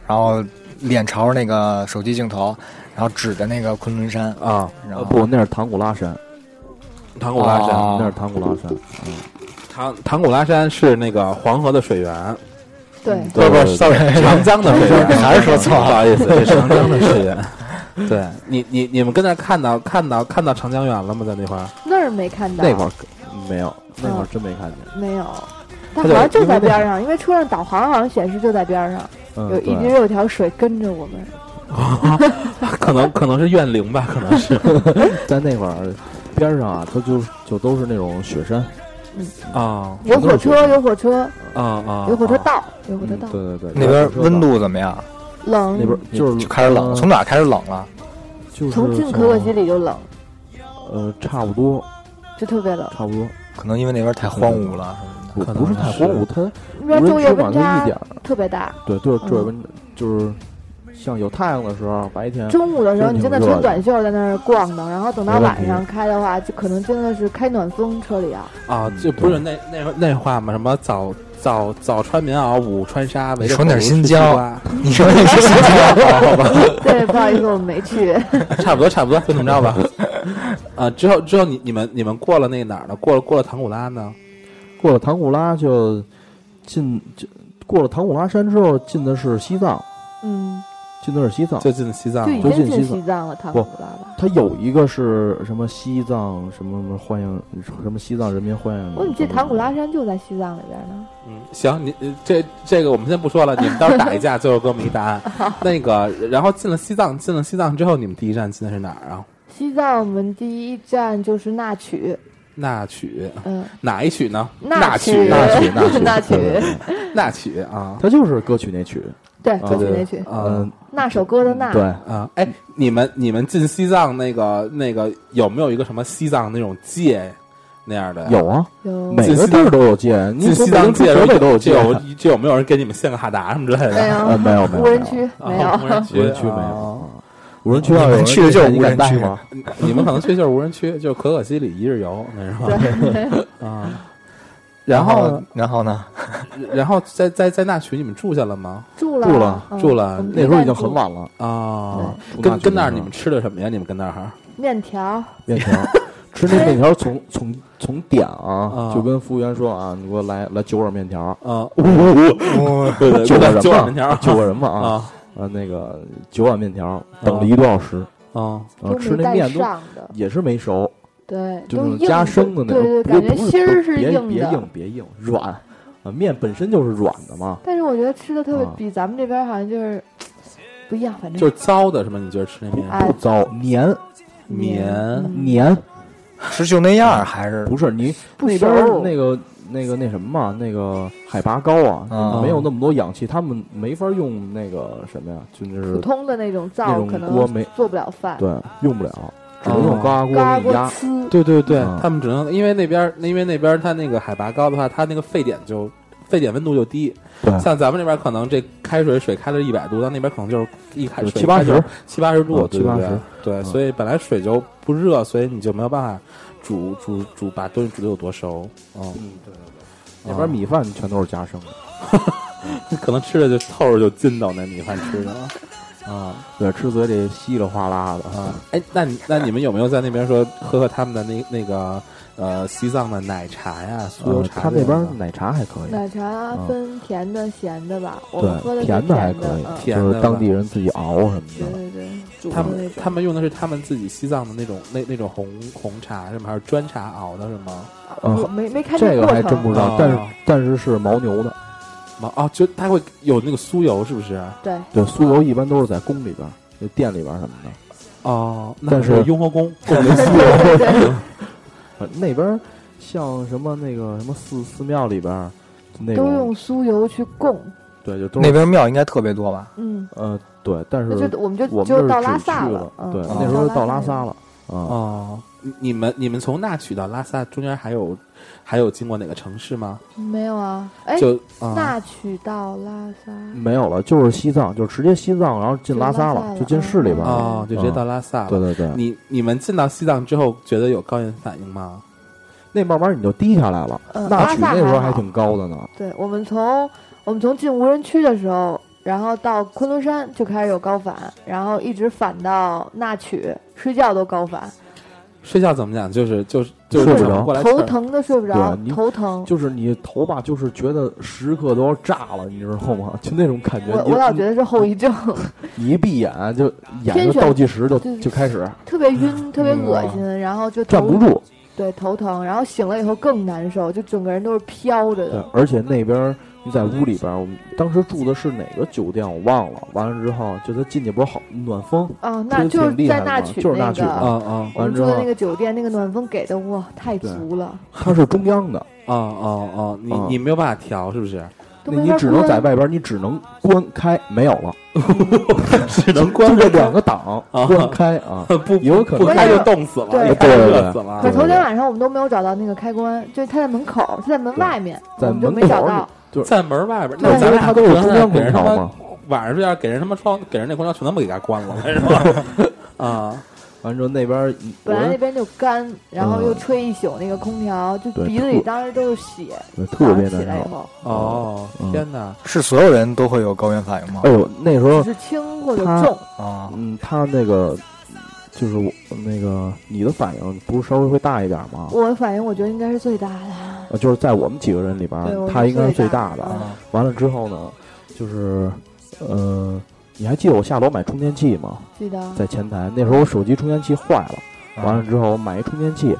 Speaker 3: 然后脸朝着那个手机镜头，然后指着那个昆仑山，
Speaker 5: 啊，
Speaker 3: 然后
Speaker 7: 呃不，那是唐古拉山，
Speaker 5: 唐古拉山，
Speaker 3: 啊
Speaker 7: 那是唐古拉山，
Speaker 5: 唐唐古拉山是那个黄河的水源，
Speaker 7: 嗯
Speaker 6: 对，
Speaker 3: 不不，sorry，
Speaker 5: 长江的水源，
Speaker 3: 还是说错
Speaker 5: 不
Speaker 3: 了。
Speaker 5: 好意思，这 长江的水源。 对你，你你们跟那儿看到看到看到长江源了吗？在那块儿，
Speaker 6: 那儿没看到，
Speaker 7: 那会儿没有，
Speaker 5: 啊
Speaker 7: 那会儿真没看见。
Speaker 6: 没有，但
Speaker 7: 它
Speaker 6: 好
Speaker 7: 就
Speaker 6: 像就在
Speaker 7: 因为那
Speaker 6: 边上，因为车上导航好像显示就在边上，
Speaker 7: 嗯，
Speaker 6: 有一直
Speaker 7: 对，嗯
Speaker 6: 有条水跟着我们。
Speaker 5: 可能可能是怨灵吧，可能 是
Speaker 7: 在那会儿边上啊，它就就都是那种雪山，
Speaker 5: 啊
Speaker 6: 有火车，有火车，
Speaker 5: 啊啊
Speaker 6: 有火车道，有火车道
Speaker 7: 对，对对，
Speaker 3: 那边温度怎么样？
Speaker 6: 冷。
Speaker 7: 嗯那边就是嗯
Speaker 3: 就开始冷，从哪儿开始冷了？
Speaker 7: 就是
Speaker 6: 从进可可西里就冷，
Speaker 7: 呃，差不多，
Speaker 6: 就特别冷。
Speaker 7: 差不多，
Speaker 3: 可能因为那边太荒芜了。
Speaker 7: 不
Speaker 5: 可能
Speaker 7: 不是太
Speaker 5: 是
Speaker 7: 荒芜，它
Speaker 6: 那
Speaker 7: 无人
Speaker 6: 边昼夜
Speaker 7: 车晚
Speaker 6: 温
Speaker 7: 就一
Speaker 6: 差
Speaker 7: 点儿，
Speaker 6: 特别大，
Speaker 7: 对，就是
Speaker 6: 嗯
Speaker 7: 这温就是像有太阳的时候，白天
Speaker 6: 中午的时候
Speaker 7: 嗯真
Speaker 6: 你
Speaker 7: 挺
Speaker 6: 真的
Speaker 7: 热
Speaker 6: 穿
Speaker 7: 的
Speaker 6: 短袖在那儿逛的，然后等到
Speaker 7: 没问
Speaker 6: 晚上开的话，就可能真的是开暖风车里啊。
Speaker 5: 啊，就不是那那那话嘛，什么早早早穿棉袄，午穿纱，围着
Speaker 3: 说哪儿
Speaker 5: 火炉
Speaker 3: 新
Speaker 5: 吃
Speaker 3: 疆
Speaker 5: 西 瓜
Speaker 3: 你说那是新疆？
Speaker 6: 对，不好意思，我们没 去。
Speaker 5: 哦差不多差不多，就这么着 吧。啊，之后之后你你们你们过了那哪儿呢？过了过了唐古拉呢？
Speaker 7: 过了唐古拉就进就过了唐古拉山之后，进的是西藏，
Speaker 6: 嗯，
Speaker 7: 进的是西藏。
Speaker 5: 就进西藏
Speaker 6: 就已
Speaker 5: 了。
Speaker 7: 啊都
Speaker 6: 经
Speaker 7: 进
Speaker 6: 进
Speaker 7: 西藏
Speaker 6: 西藏了，唐古
Speaker 7: 不
Speaker 6: 拉吧？
Speaker 7: 它有一个是什么西藏什么什么欢迎什么西藏人民欢迎你。
Speaker 6: 我怎么记
Speaker 7: 什
Speaker 6: 得
Speaker 7: 么
Speaker 6: 唐古拉山就在西藏里边呢？
Speaker 5: 嗯，行，你呃这这个我们先不说了，你们到时候打一 架，最后给我们一答案。那个，然后进了西藏，进了西藏之后，你们第一站进的是哪儿啊？
Speaker 6: 西藏我们第一站就是纳曲，
Speaker 5: 那曲
Speaker 6: 嗯，
Speaker 5: 哪一曲呢？
Speaker 6: 纳
Speaker 5: 曲
Speaker 6: 曲，
Speaker 5: 那曲
Speaker 7: 曲那曲
Speaker 6: 纳
Speaker 7: 对对
Speaker 6: 曲，
Speaker 5: 那曲啊，
Speaker 7: 它就是歌曲那曲，
Speaker 6: 对，
Speaker 7: 啊
Speaker 6: 哦歌曲
Speaker 7: 对
Speaker 6: 那曲，
Speaker 5: 啊
Speaker 7: 嗯，
Speaker 6: 那首歌的那，
Speaker 7: 对，
Speaker 5: 啊！哎，你们你们进西藏那个那个有没有一个什么西藏那种戒那样的？。
Speaker 7: 有啊，
Speaker 6: 有
Speaker 5: 嗯
Speaker 7: 每个地儿都有戒，你
Speaker 5: 进
Speaker 7: 从
Speaker 5: 西
Speaker 7: 北
Speaker 5: 藏
Speaker 7: 京出
Speaker 5: 戒的时
Speaker 7: 河
Speaker 5: 候
Speaker 7: 北都有
Speaker 5: 就
Speaker 7: 戒，
Speaker 5: 有就有没有人给你们献个哈达什么之类的？
Speaker 6: 没
Speaker 7: 呃，
Speaker 6: 有
Speaker 7: 没有没有
Speaker 6: 无人，区
Speaker 5: 啊
Speaker 6: 没有
Speaker 5: 无，人
Speaker 7: 无人区没
Speaker 5: 啊
Speaker 7: 有，无人区要啊有人
Speaker 3: 去的就是
Speaker 7: 你
Speaker 3: 无人
Speaker 7: 敢带
Speaker 3: 区
Speaker 7: 吗？
Speaker 5: 你们可能去就是无人区，就可可西里一日游那种。 啊，然后
Speaker 3: 然后呢？
Speaker 5: 然后在在在那群你们住下了吗？
Speaker 6: 住了
Speaker 7: 住了
Speaker 6: 嗯
Speaker 5: 住了
Speaker 6: 我们
Speaker 7: 那时候已
Speaker 6: 一
Speaker 7: 经
Speaker 6: 站
Speaker 7: 很
Speaker 6: 住
Speaker 7: 晚了，
Speaker 5: 啊，
Speaker 7: 对
Speaker 5: 跟
Speaker 7: 住
Speaker 5: 跟那儿
Speaker 7: 地
Speaker 5: 你
Speaker 7: 方
Speaker 5: 们吃的什么呀？你们跟那儿
Speaker 6: 面条，
Speaker 7: 面条， 吃那面条从从从点啊
Speaker 5: 啊，
Speaker 7: 就跟服务员说啊，你给我来来九碗 面条，
Speaker 5: 啊，呜呜呜，对对，对
Speaker 7: 九个人
Speaker 5: 哦九碗面条
Speaker 7: 嘛，
Speaker 5: 儿
Speaker 7: 九个人嘛啊，
Speaker 5: 啊
Speaker 7: 啊那个九碗面条，等了一个多小时，
Speaker 5: 啊，
Speaker 7: 然后
Speaker 6: 都
Speaker 7: 吃
Speaker 6: 没
Speaker 7: 那
Speaker 6: 带
Speaker 7: 面都
Speaker 6: 上的，
Speaker 7: 也是没熟，
Speaker 6: 对，
Speaker 7: 就
Speaker 6: 都
Speaker 7: 是
Speaker 6: 硬
Speaker 7: 加生的那种，
Speaker 6: 对对，
Speaker 7: 不
Speaker 6: 感觉
Speaker 7: 不是
Speaker 6: 心儿是
Speaker 7: 别
Speaker 6: 硬
Speaker 7: 别
Speaker 6: 的
Speaker 7: 硬。别硬，软啊，面本身就是软的嘛，
Speaker 6: 但是我觉得吃的特别
Speaker 7: 啊
Speaker 6: 比咱们这边好像就是不一样，反正
Speaker 5: 就是糟的是吗？你觉得吃那面
Speaker 6: 哎
Speaker 7: 不糟，黏
Speaker 5: 棉
Speaker 7: 黏，
Speaker 3: 是就那样儿还是？
Speaker 7: 不是你
Speaker 6: 不
Speaker 7: 那
Speaker 6: 熟
Speaker 7: 边儿那个那个那什么嘛，那个海拔高啊
Speaker 3: 啊，
Speaker 7: 没有那么多氧气，他们没法用那个什么呀，就就
Speaker 6: 普
Speaker 7: 是
Speaker 6: 通的那种
Speaker 7: 那
Speaker 6: 灶
Speaker 7: 种
Speaker 6: 可
Speaker 7: 锅
Speaker 6: 能
Speaker 7: 没
Speaker 6: 做不了饭，
Speaker 7: 对用不了，只能用高压锅
Speaker 6: 高压
Speaker 7: 一
Speaker 6: 锅
Speaker 7: 压。
Speaker 6: 呲，
Speaker 5: 对对对
Speaker 7: 嗯
Speaker 5: 他们只能因为那边儿，因为那边儿它那个海拔高的话，它那个沸点就沸点温度就低。
Speaker 7: 对
Speaker 5: 像咱们这边儿可能这开水水开了一百度，到那边儿可能就是一开
Speaker 7: 就
Speaker 5: 水
Speaker 7: 七八
Speaker 5: 开就
Speaker 7: 十，
Speaker 5: 七八十度，对不
Speaker 7: 嗯
Speaker 5: 对
Speaker 7: 七八十
Speaker 5: 对，
Speaker 7: 嗯
Speaker 5: 所以本来水就不热，所以你就没有办法煮煮煮把东西煮的有多熟。嗯，啊
Speaker 7: 嗯，对对对，那边米饭全都是加生 的，
Speaker 5: 可能吃的就透着就筋道那米饭吃的了。啊
Speaker 7: 对，吃嘴里稀里哗啦的
Speaker 5: 啊！哎，那你那你们有没有在那边说喝喝他们的那那个呃西藏的奶茶呀、酥油
Speaker 7: 呃，
Speaker 5: 茶
Speaker 7: 他
Speaker 5: 之类
Speaker 7: 那
Speaker 5: 的？
Speaker 7: 边奶茶还可以，
Speaker 6: 奶茶分甜的、咸的吧，我们喝的是
Speaker 7: 啊对，甜的
Speaker 6: 的
Speaker 7: 还可以
Speaker 6: 嗯，
Speaker 5: 甜
Speaker 7: 就是
Speaker 5: 的
Speaker 7: 当
Speaker 5: 吧
Speaker 7: 地人自己熬什么
Speaker 6: 对
Speaker 7: 的。
Speaker 6: 对对，煮的
Speaker 5: 他们
Speaker 6: 那种
Speaker 5: 他们用的是他们自己西藏的那种那那种红红茶是吗？还是砖茶熬的是吗？
Speaker 7: 嗯
Speaker 6: 我没没看
Speaker 7: 这
Speaker 6: 见
Speaker 7: 个
Speaker 6: 过
Speaker 7: 还
Speaker 6: 程
Speaker 7: 真不知道
Speaker 5: 哦，
Speaker 7: 但是但是是牦牛的，
Speaker 5: 啊啊，就它会有那个酥油是不是？
Speaker 6: 对，
Speaker 7: 对，酥油一般都是在宫里边儿、就店里边儿什么的。
Speaker 5: 哦，那
Speaker 7: 但是哦
Speaker 5: 雍和宫
Speaker 7: 呃那边儿像什么那个什么寺寺庙里边儿，那
Speaker 6: 都
Speaker 7: 种
Speaker 6: 用酥油去供，
Speaker 7: 对，就都是
Speaker 3: 那边庙应该特别多吧？
Speaker 6: 嗯，
Speaker 7: 呃对，但是
Speaker 6: 那就我们就
Speaker 7: 我们
Speaker 6: 就
Speaker 7: 这
Speaker 6: 到
Speaker 7: 是
Speaker 6: 拉
Speaker 7: 只
Speaker 6: 萨
Speaker 7: 去
Speaker 6: 了，嗯
Speaker 7: 对，
Speaker 5: 哦
Speaker 7: 那时候到
Speaker 6: 拉
Speaker 7: 拉
Speaker 6: 萨
Speaker 7: 萨了啊，
Speaker 5: 哦，你你们你们从那曲到拉萨中间还有还有经过哪个城市吗？
Speaker 6: 没有啊，哎，
Speaker 5: 就啊
Speaker 6: 那曲到拉萨，
Speaker 7: 没有了，就是西藏，就直接西藏，然后进
Speaker 6: 就
Speaker 7: 拉
Speaker 6: 拉
Speaker 7: 萨
Speaker 6: 萨
Speaker 7: 了，
Speaker 6: 了嗯
Speaker 7: 就进市里边儿了。
Speaker 5: 哦，就直接到拉萨
Speaker 7: 啊对
Speaker 5: 了。
Speaker 7: 对对，
Speaker 5: 你你们进到西藏之后，觉得有高原反应吗？
Speaker 7: 那慢慢你就低下来了。
Speaker 6: 嗯
Speaker 7: 那
Speaker 6: 拉
Speaker 7: 曲
Speaker 6: 萨
Speaker 7: 那时候
Speaker 6: 还
Speaker 7: 还
Speaker 6: 好嗯
Speaker 7: 挺高的呢，
Speaker 6: 对，我们从我们从进无人区的时候，然后到昆仑山就开始有高反，然后一直反到那曲，睡觉都高反，
Speaker 5: 睡觉怎么讲？就是就是就是
Speaker 7: 睡不着
Speaker 5: 喘过来气
Speaker 6: 头
Speaker 5: 儿，
Speaker 6: 疼的睡不着
Speaker 7: 对啊你，
Speaker 6: 头疼。
Speaker 7: 就是你头吧，就是觉得时刻都要炸了，你知道吗？就那种感觉。
Speaker 6: 我
Speaker 7: 你嗯
Speaker 6: 我老觉得是后遗症，
Speaker 7: 你一闭眼就眼
Speaker 6: 天
Speaker 7: 就
Speaker 6: 选
Speaker 7: 倒计时就
Speaker 6: 对
Speaker 7: 就开始
Speaker 6: 特别
Speaker 7: 嗯
Speaker 6: 晕，特别恶心，然后就头
Speaker 7: 站啊不住，
Speaker 6: 对头疼，然后醒了以后更难受，就整个人都是飘着
Speaker 7: 对
Speaker 6: 的。，
Speaker 7: 而且那边儿你在屋里边儿，我们当时住的是哪个酒店我忘了。完了之后，就他进去不是好暖 风，
Speaker 6: 啊，那就是在那曲
Speaker 7: 就是那
Speaker 6: 那
Speaker 7: 曲啊
Speaker 5: 啊
Speaker 6: 个，
Speaker 5: 啊
Speaker 6: 我
Speaker 7: 完
Speaker 6: 们
Speaker 7: 之
Speaker 6: 住
Speaker 7: 后
Speaker 6: 的那个酒店，那个暖风给的哇太足了，
Speaker 7: 它是中央的，
Speaker 5: 啊啊啊！你
Speaker 7: 啊
Speaker 5: 你没有办法调，是不是？
Speaker 6: 都
Speaker 7: 那
Speaker 6: 没
Speaker 7: 你
Speaker 6: 法
Speaker 7: 只能
Speaker 6: 关
Speaker 7: 在外边儿，你只能关开，没有了，
Speaker 5: 只能
Speaker 7: 就这两个档
Speaker 5: 啊
Speaker 7: 关开啊，
Speaker 5: 不
Speaker 7: 有可
Speaker 5: 不
Speaker 7: 能
Speaker 6: 关
Speaker 5: 开就冻死了，
Speaker 6: 对
Speaker 5: 一开就
Speaker 7: 对
Speaker 5: 热死了
Speaker 6: 可。是头
Speaker 7: 啊对
Speaker 6: 天晚上我们都没有找到那个开关，就是他在门口，他在门外面，
Speaker 7: 在
Speaker 6: 我们就
Speaker 7: 门
Speaker 6: 没找
Speaker 7: 口
Speaker 6: 到。
Speaker 5: 在门外边，
Speaker 6: 对
Speaker 5: 那咱
Speaker 7: 因为
Speaker 5: 俩
Speaker 7: 它都是中央
Speaker 5: 给
Speaker 7: 空
Speaker 5: 人他
Speaker 7: 调
Speaker 5: 妈
Speaker 7: 嘛。
Speaker 5: 晚上睡觉给人他妈窗，给人那空调全他妈给他关 了，是吧？啊，
Speaker 7: 完之后那边儿，我
Speaker 6: 本来那
Speaker 7: 说
Speaker 6: 边就干，然后
Speaker 7: 嗯
Speaker 6: 又吹一宿那个空调，就
Speaker 7: 对
Speaker 6: 鼻子
Speaker 7: 吐
Speaker 6: 里当时都是血。
Speaker 7: 对特别
Speaker 6: 早上起来
Speaker 7: 难
Speaker 6: 以
Speaker 7: 受。
Speaker 6: 后，
Speaker 5: 哦，
Speaker 7: 嗯
Speaker 5: 天哪！
Speaker 3: 是所有人都会有高原反应吗？
Speaker 7: 哎呦，那时候
Speaker 6: 只是轻或者
Speaker 7: 他
Speaker 6: 重，
Speaker 3: 啊，
Speaker 7: 嗯，他那个就是我那个你的反应不是稍微会大一点吗？
Speaker 6: 我反应我觉得应该是最大的。
Speaker 7: 呃就是在我们几个人里边
Speaker 6: 对，我，
Speaker 7: 他应该是最
Speaker 6: 大
Speaker 7: 大
Speaker 3: 啊
Speaker 7: 的。
Speaker 6: 嗯
Speaker 7: 完了之后呢，就是呃，你还记得我下楼买充电器吗？
Speaker 6: 记得
Speaker 7: 在前台，那时候我手机充电器坏了，完了之后我买一充电器，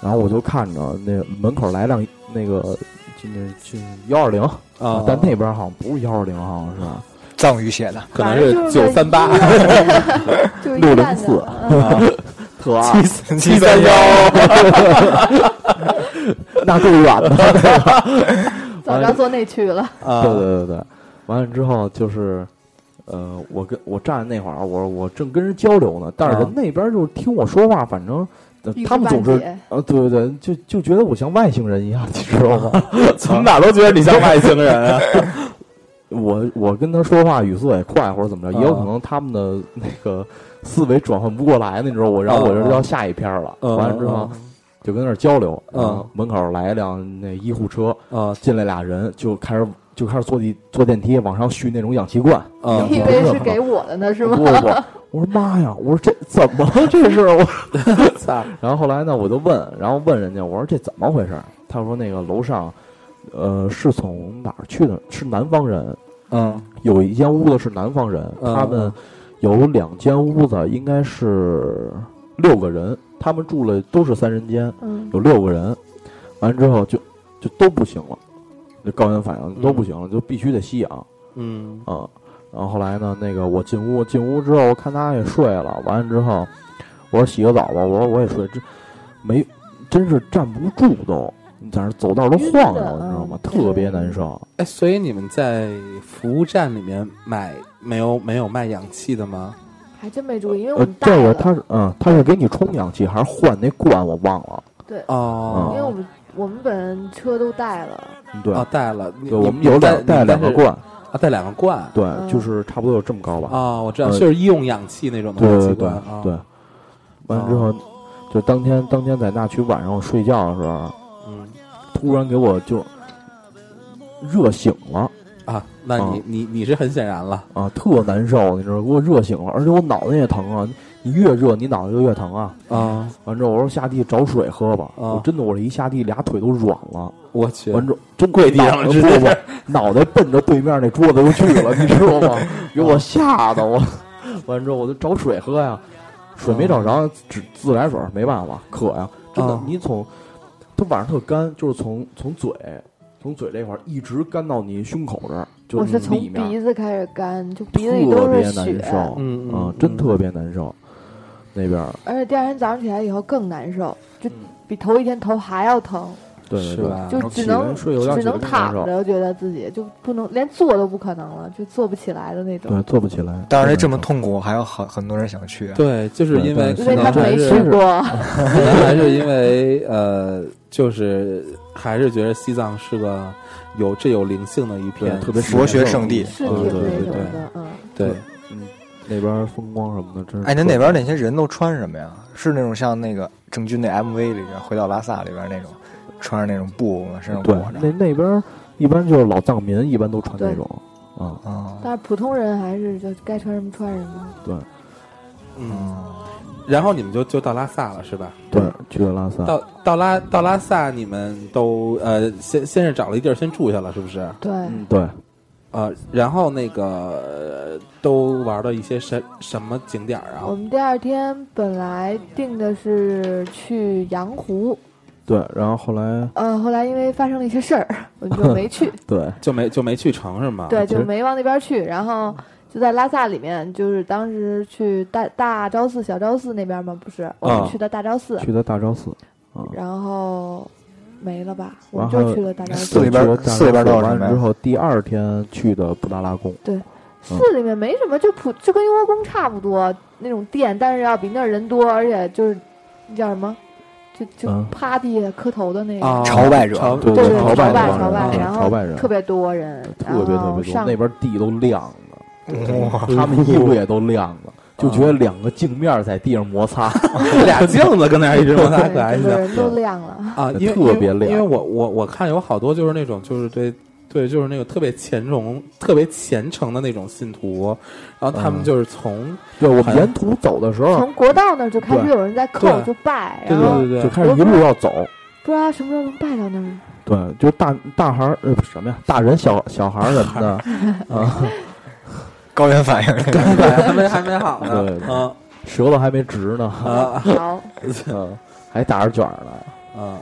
Speaker 7: 然后我就看着那门口来辆那个。进进幺二零
Speaker 5: 啊，
Speaker 7: 但那边好像不是幺二零，好像是
Speaker 3: 藏语写的，
Speaker 5: 可能
Speaker 6: 反正
Speaker 5: 是
Speaker 6: 就是
Speaker 5: 九三八，
Speaker 6: 就是医
Speaker 7: 604
Speaker 6: 院的嗯
Speaker 7: 特二，
Speaker 3: 七七三幺，
Speaker 7: 那够远的。
Speaker 6: 早知道坐那去了。
Speaker 5: 啊，
Speaker 7: 对对对对，完了之后就是，呃，我跟我站在那会儿，啊我我正跟人交流呢，但是
Speaker 5: 啊
Speaker 7: 人那边就是听我说话，反正、呃
Speaker 6: 一知
Speaker 7: 他们
Speaker 6: 半
Speaker 7: 总是
Speaker 6: 解
Speaker 7: 呃，对对对，就就觉得我像外星人一样，你知道 吗？
Speaker 5: 从哪都觉得你像外星 人啊。
Speaker 7: 我我跟他说话语速也快，或者怎么着，也有可能他们的那个思维转换不过来，你知道我，然后我
Speaker 5: 啊
Speaker 7: 就
Speaker 5: 啊
Speaker 7: 到下一篇了，
Speaker 5: 嗯
Speaker 7: 完了之后。就跟那儿交流，
Speaker 5: 嗯
Speaker 7: 然后门口来一辆那医护车，
Speaker 5: 啊
Speaker 7: 进来俩人就开始就开始坐地坐电梯往上续那种氧气罐，
Speaker 5: 啊
Speaker 6: 以为是给我的呢，是吗
Speaker 7: 不？不不， 我说妈呀，我说这怎么了这是？ 我
Speaker 5: 操！
Speaker 7: 然后后来呢，我就问，然后问人家，我说这怎么回事儿？他说那个楼上，呃，是从哪儿去的？是南方人，
Speaker 5: 嗯
Speaker 7: 有一间屋子是南方人，
Speaker 5: 嗯
Speaker 7: 他们有两间屋子，应该是六个人，他们住了都是三人间，
Speaker 6: 嗯，
Speaker 7: 有六个人，完之后就就都不行了，那高原反应都不行了，就必须得吸氧。
Speaker 5: 嗯
Speaker 7: 嗯，然后后来呢，那个我进屋，进屋之后，我看他也睡了，完了之后，我说洗个澡吧，我说我也睡，这没，真是站不住都，你在那走道都晃悠，你知道吗？
Speaker 6: 嗯
Speaker 7: 特别难受。
Speaker 5: 哎，所以你们在服务站里面买没有没有卖氧气的吗？
Speaker 6: 还真没注意，因为我
Speaker 7: 呃
Speaker 6: 们，大
Speaker 7: 这个
Speaker 6: 了，
Speaker 7: 他是嗯，他是给你充氧气还是换那罐，我忘了。
Speaker 6: 因为我
Speaker 5: 哦，
Speaker 6: 们我们本人车都带了，
Speaker 7: 嗯对，
Speaker 5: 啊，带了，你
Speaker 7: 对，我们
Speaker 5: 你
Speaker 7: 有
Speaker 5: 带
Speaker 7: 两带
Speaker 5: 你
Speaker 7: 两个
Speaker 5: 是
Speaker 7: 罐，
Speaker 5: 啊，带两个罐，
Speaker 7: 对，
Speaker 6: 嗯
Speaker 7: 就是差不多有这么高吧。
Speaker 5: 啊，我知道，
Speaker 7: 呃
Speaker 5: 就是医用氧气那种的
Speaker 7: 对
Speaker 5: 氧气
Speaker 7: 对对
Speaker 5: 罐啊，
Speaker 7: 对，完了之后，就当天当天在那区晚上我睡觉的时候，
Speaker 5: 嗯
Speaker 7: 突然给我就热醒了
Speaker 5: 啊，那
Speaker 7: 哦
Speaker 5: 你你你是很显然了，
Speaker 7: 啊，特难受，你知道吗，给我热醒了，而且我脑袋也疼啊。你越热，你脑袋就越疼啊。
Speaker 5: 啊，
Speaker 7: 完之后，我说下地找水喝吧。
Speaker 5: 啊
Speaker 7: 我真的，我这一下地，俩腿都软了。
Speaker 5: 我去，
Speaker 7: 完之后，真跪
Speaker 5: 地上了直
Speaker 7: 不
Speaker 5: 接
Speaker 7: 不，脑袋奔着对面那桌子就去了，你知道吗？给
Speaker 5: 啊
Speaker 7: 我吓得我。完之后，我就找水喝呀，水没找着，只自来水没办法，渴呀。真的
Speaker 5: 啊，
Speaker 7: 你从它晚上特干，就是从从嘴从嘴这块儿一直干到你胸口这儿，就
Speaker 6: 我是从
Speaker 7: 里面
Speaker 6: 鼻子开始干，就鼻子里
Speaker 7: 特
Speaker 6: 都
Speaker 7: 别
Speaker 6: 是
Speaker 7: 难
Speaker 6: 血，
Speaker 7: 受，
Speaker 5: 嗯嗯
Speaker 7: 啊
Speaker 5: 嗯，
Speaker 7: 真特别难受。那边儿
Speaker 6: 而且第二天早上起来以后更难受，就
Speaker 7: 嗯
Speaker 6: 比头一天头还要疼，
Speaker 7: 对对
Speaker 5: 是
Speaker 7: 对
Speaker 5: 吧？
Speaker 6: 就
Speaker 7: 然后
Speaker 6: 只
Speaker 7: 起来
Speaker 6: 能
Speaker 7: 睡有点
Speaker 6: 只
Speaker 7: 起来
Speaker 6: 能
Speaker 7: 就难
Speaker 6: 躺
Speaker 7: 受
Speaker 6: 着，觉得自己就不能连坐都不可能了，就坐不起来的那种
Speaker 7: 对，。做不起来。
Speaker 3: 但是
Speaker 7: 真
Speaker 3: 这么
Speaker 7: 难受
Speaker 3: 痛苦，还有很很多人想去啊。
Speaker 5: 对，就是因为
Speaker 6: 因
Speaker 7: 对嗯
Speaker 5: 可
Speaker 6: 为
Speaker 5: 能
Speaker 6: 他
Speaker 5: 还
Speaker 6: 没
Speaker 5: 是
Speaker 6: 去过，
Speaker 5: 可能还是因为呃，就是还是觉得西藏是个有这有灵性的一片
Speaker 7: 对特别
Speaker 5: 地
Speaker 3: 佛学圣地
Speaker 6: 是
Speaker 7: 对
Speaker 6: 挺那
Speaker 7: 对对
Speaker 6: 什么
Speaker 7: 对
Speaker 6: 的，嗯。
Speaker 5: 对，
Speaker 7: 那边儿风光什么的，真是
Speaker 3: 哎，那那边那些人都穿什么呀？是那种像那个郑钧那 MV 里边《回到拉萨》里边那种，穿着那种布往身上裹
Speaker 7: 对
Speaker 3: 着
Speaker 7: 那那边儿一般就是老藏民一般都穿那种啊，
Speaker 3: 啊。
Speaker 6: 但是普通人还是就该穿什么穿什么。
Speaker 5: 嗯，
Speaker 3: 嗯
Speaker 5: 然后你们就就到拉萨了是吧？
Speaker 7: 对，去了拉萨。
Speaker 5: 到到拉到拉萨，你们都呃先先是找了一地儿先住下了是不是？
Speaker 6: 对，
Speaker 7: 嗯，对，
Speaker 5: 呃，然后那个、呃都玩了一些什什么景点儿
Speaker 6: 我
Speaker 5: 啊？
Speaker 6: 们第二天本来定的是去阳湖，
Speaker 7: 对，然后后来
Speaker 6: 呃，后来因为发生了一些事儿， 我们就没去，
Speaker 7: 对，
Speaker 5: 就没就没啊去成是吗？
Speaker 6: 对，
Speaker 7: 其
Speaker 6: 就
Speaker 7: 实
Speaker 6: 没往那边去。然后就在拉萨里面，就是当时去大大昭寺、小昭寺那边嘛，不是？我
Speaker 5: 啊
Speaker 6: 们去的大昭寺，
Speaker 7: 去的大昭寺，啊，
Speaker 6: 然后没了吧？我
Speaker 7: 完
Speaker 6: 们
Speaker 7: 还
Speaker 6: 就
Speaker 7: 有
Speaker 6: 去了大昭
Speaker 3: 寺
Speaker 6: 寺
Speaker 3: 里。边
Speaker 7: 去了大昭
Speaker 3: 寺里边都有什
Speaker 7: 完
Speaker 3: 么
Speaker 7: 了
Speaker 3: 呀
Speaker 7: 之后，第二天去的布达拉宫，
Speaker 6: 寺里面没什么，就普就跟雍和宫差不多那种殿，但是要比那儿人多，而且就是那叫什么，就就
Speaker 7: 嗯
Speaker 6: 趴地下磕头的那个，
Speaker 5: 啊，
Speaker 3: 朝拜者
Speaker 5: 朝
Speaker 7: 对
Speaker 6: 对
Speaker 7: 对，
Speaker 6: 对，
Speaker 7: 拜
Speaker 6: 拜
Speaker 7: 人，
Speaker 6: 朝拜，
Speaker 7: 嗯
Speaker 6: 然
Speaker 7: 朝
Speaker 6: 后
Speaker 7: 拜人，
Speaker 6: 特别多人，然
Speaker 7: 特别特
Speaker 6: 后
Speaker 7: 别多，
Speaker 6: 上
Speaker 7: 那边地都亮了，
Speaker 3: 哇，
Speaker 7: 他们衣服也都亮 了，就觉得两个镜面在地上摩擦，
Speaker 5: 俩镜子跟那儿一直往那
Speaker 6: 对
Speaker 5: 可爱
Speaker 6: 整
Speaker 5: 一
Speaker 6: 个
Speaker 5: 下
Speaker 6: 人
Speaker 7: 嗯
Speaker 6: 都亮了，
Speaker 5: 啊，因为
Speaker 7: 特别亮
Speaker 5: 因为因为我我我看有好多就是那种就是对对就是那个特别虔诚特别虔诚的那种信徒，然后他们
Speaker 7: 嗯
Speaker 5: 就是从
Speaker 7: 对我
Speaker 5: 好
Speaker 7: 们
Speaker 5: 像
Speaker 7: 沿途走的时候，
Speaker 6: 从国道那儿就开始
Speaker 7: 对
Speaker 6: 有人在
Speaker 5: 对
Speaker 6: 叩就拜，
Speaker 5: 对
Speaker 6: 然后
Speaker 5: 对对
Speaker 7: 就
Speaker 5: 对，
Speaker 7: 开始一路要走，
Speaker 6: 不知道什么时候能拜到那儿。
Speaker 7: 对，就大大孩儿呃不是什么呀，大人小小孩儿什么 的啊，
Speaker 3: 高原反应，
Speaker 5: 对还没还没好呢，
Speaker 7: 对对
Speaker 5: 嗯
Speaker 7: 舌头还没直呢，
Speaker 5: 啊
Speaker 6: 好，
Speaker 7: 嗯，还打着卷儿呢。
Speaker 5: 啊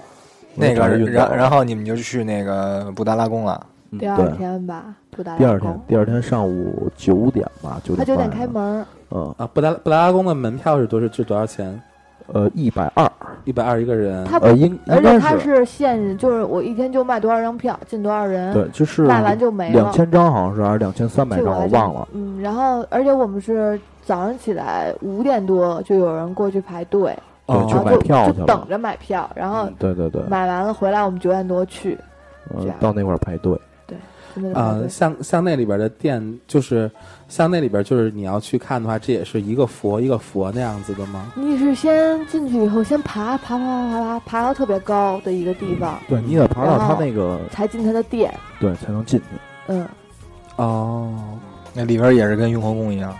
Speaker 3: 那个，然然
Speaker 7: 后
Speaker 3: 后你们就去那个布达拉宫了，
Speaker 6: 第
Speaker 7: 嗯对
Speaker 6: 二天吧，布达
Speaker 7: 第
Speaker 6: 拉
Speaker 7: 二天
Speaker 6: 宫，
Speaker 7: 第二天上午九点吧，九
Speaker 6: 啊他
Speaker 7: 点
Speaker 6: 九点
Speaker 7: 半
Speaker 6: 开
Speaker 7: 了，
Speaker 6: 门，
Speaker 7: 嗯
Speaker 5: 啊！布达布达拉宫的门票是多是是多少钱？
Speaker 7: 呃一百二，
Speaker 5: 一百二一个人。
Speaker 6: 他
Speaker 7: 呃应
Speaker 6: 而
Speaker 7: 应
Speaker 6: 且
Speaker 7: 该
Speaker 6: 他
Speaker 7: 是
Speaker 6: 是限，就是我一天就卖多少张票，进多少人，
Speaker 7: 对，就是
Speaker 6: 卖完就没
Speaker 7: 两
Speaker 6: 了。
Speaker 7: 千张好像是还是两千三百
Speaker 6: 这
Speaker 7: 张，
Speaker 6: 我还
Speaker 7: 我
Speaker 6: 真
Speaker 7: 忘了。
Speaker 6: 嗯，然后而且我们是早上起来五点多就有人过去排队，
Speaker 7: 对
Speaker 5: 哦
Speaker 7: 去
Speaker 6: 然后
Speaker 7: 买
Speaker 6: 就
Speaker 7: 票去
Speaker 6: 就
Speaker 7: 了嗯
Speaker 6: 等着买票，然后
Speaker 7: 对对对，
Speaker 6: 买完了回来我们九点多去，
Speaker 7: 呃
Speaker 6: 这样
Speaker 7: 到那块儿排队，
Speaker 6: 真的是排
Speaker 5: 啊，
Speaker 6: 队
Speaker 5: 像像那里边的店，就是像那里边，就是你要去看的话，这也是一个佛一个佛那样子的吗？
Speaker 6: 你是先进去以后先爬爬爬爬爬爬爬到特别高的一个地方
Speaker 7: 对你得爬到
Speaker 6: 然
Speaker 7: 他
Speaker 6: 后
Speaker 7: 那个
Speaker 6: 才进他的店，
Speaker 7: 对才能进去。
Speaker 6: 嗯，
Speaker 5: 哦，
Speaker 3: 那里边也是跟雍和宫一样，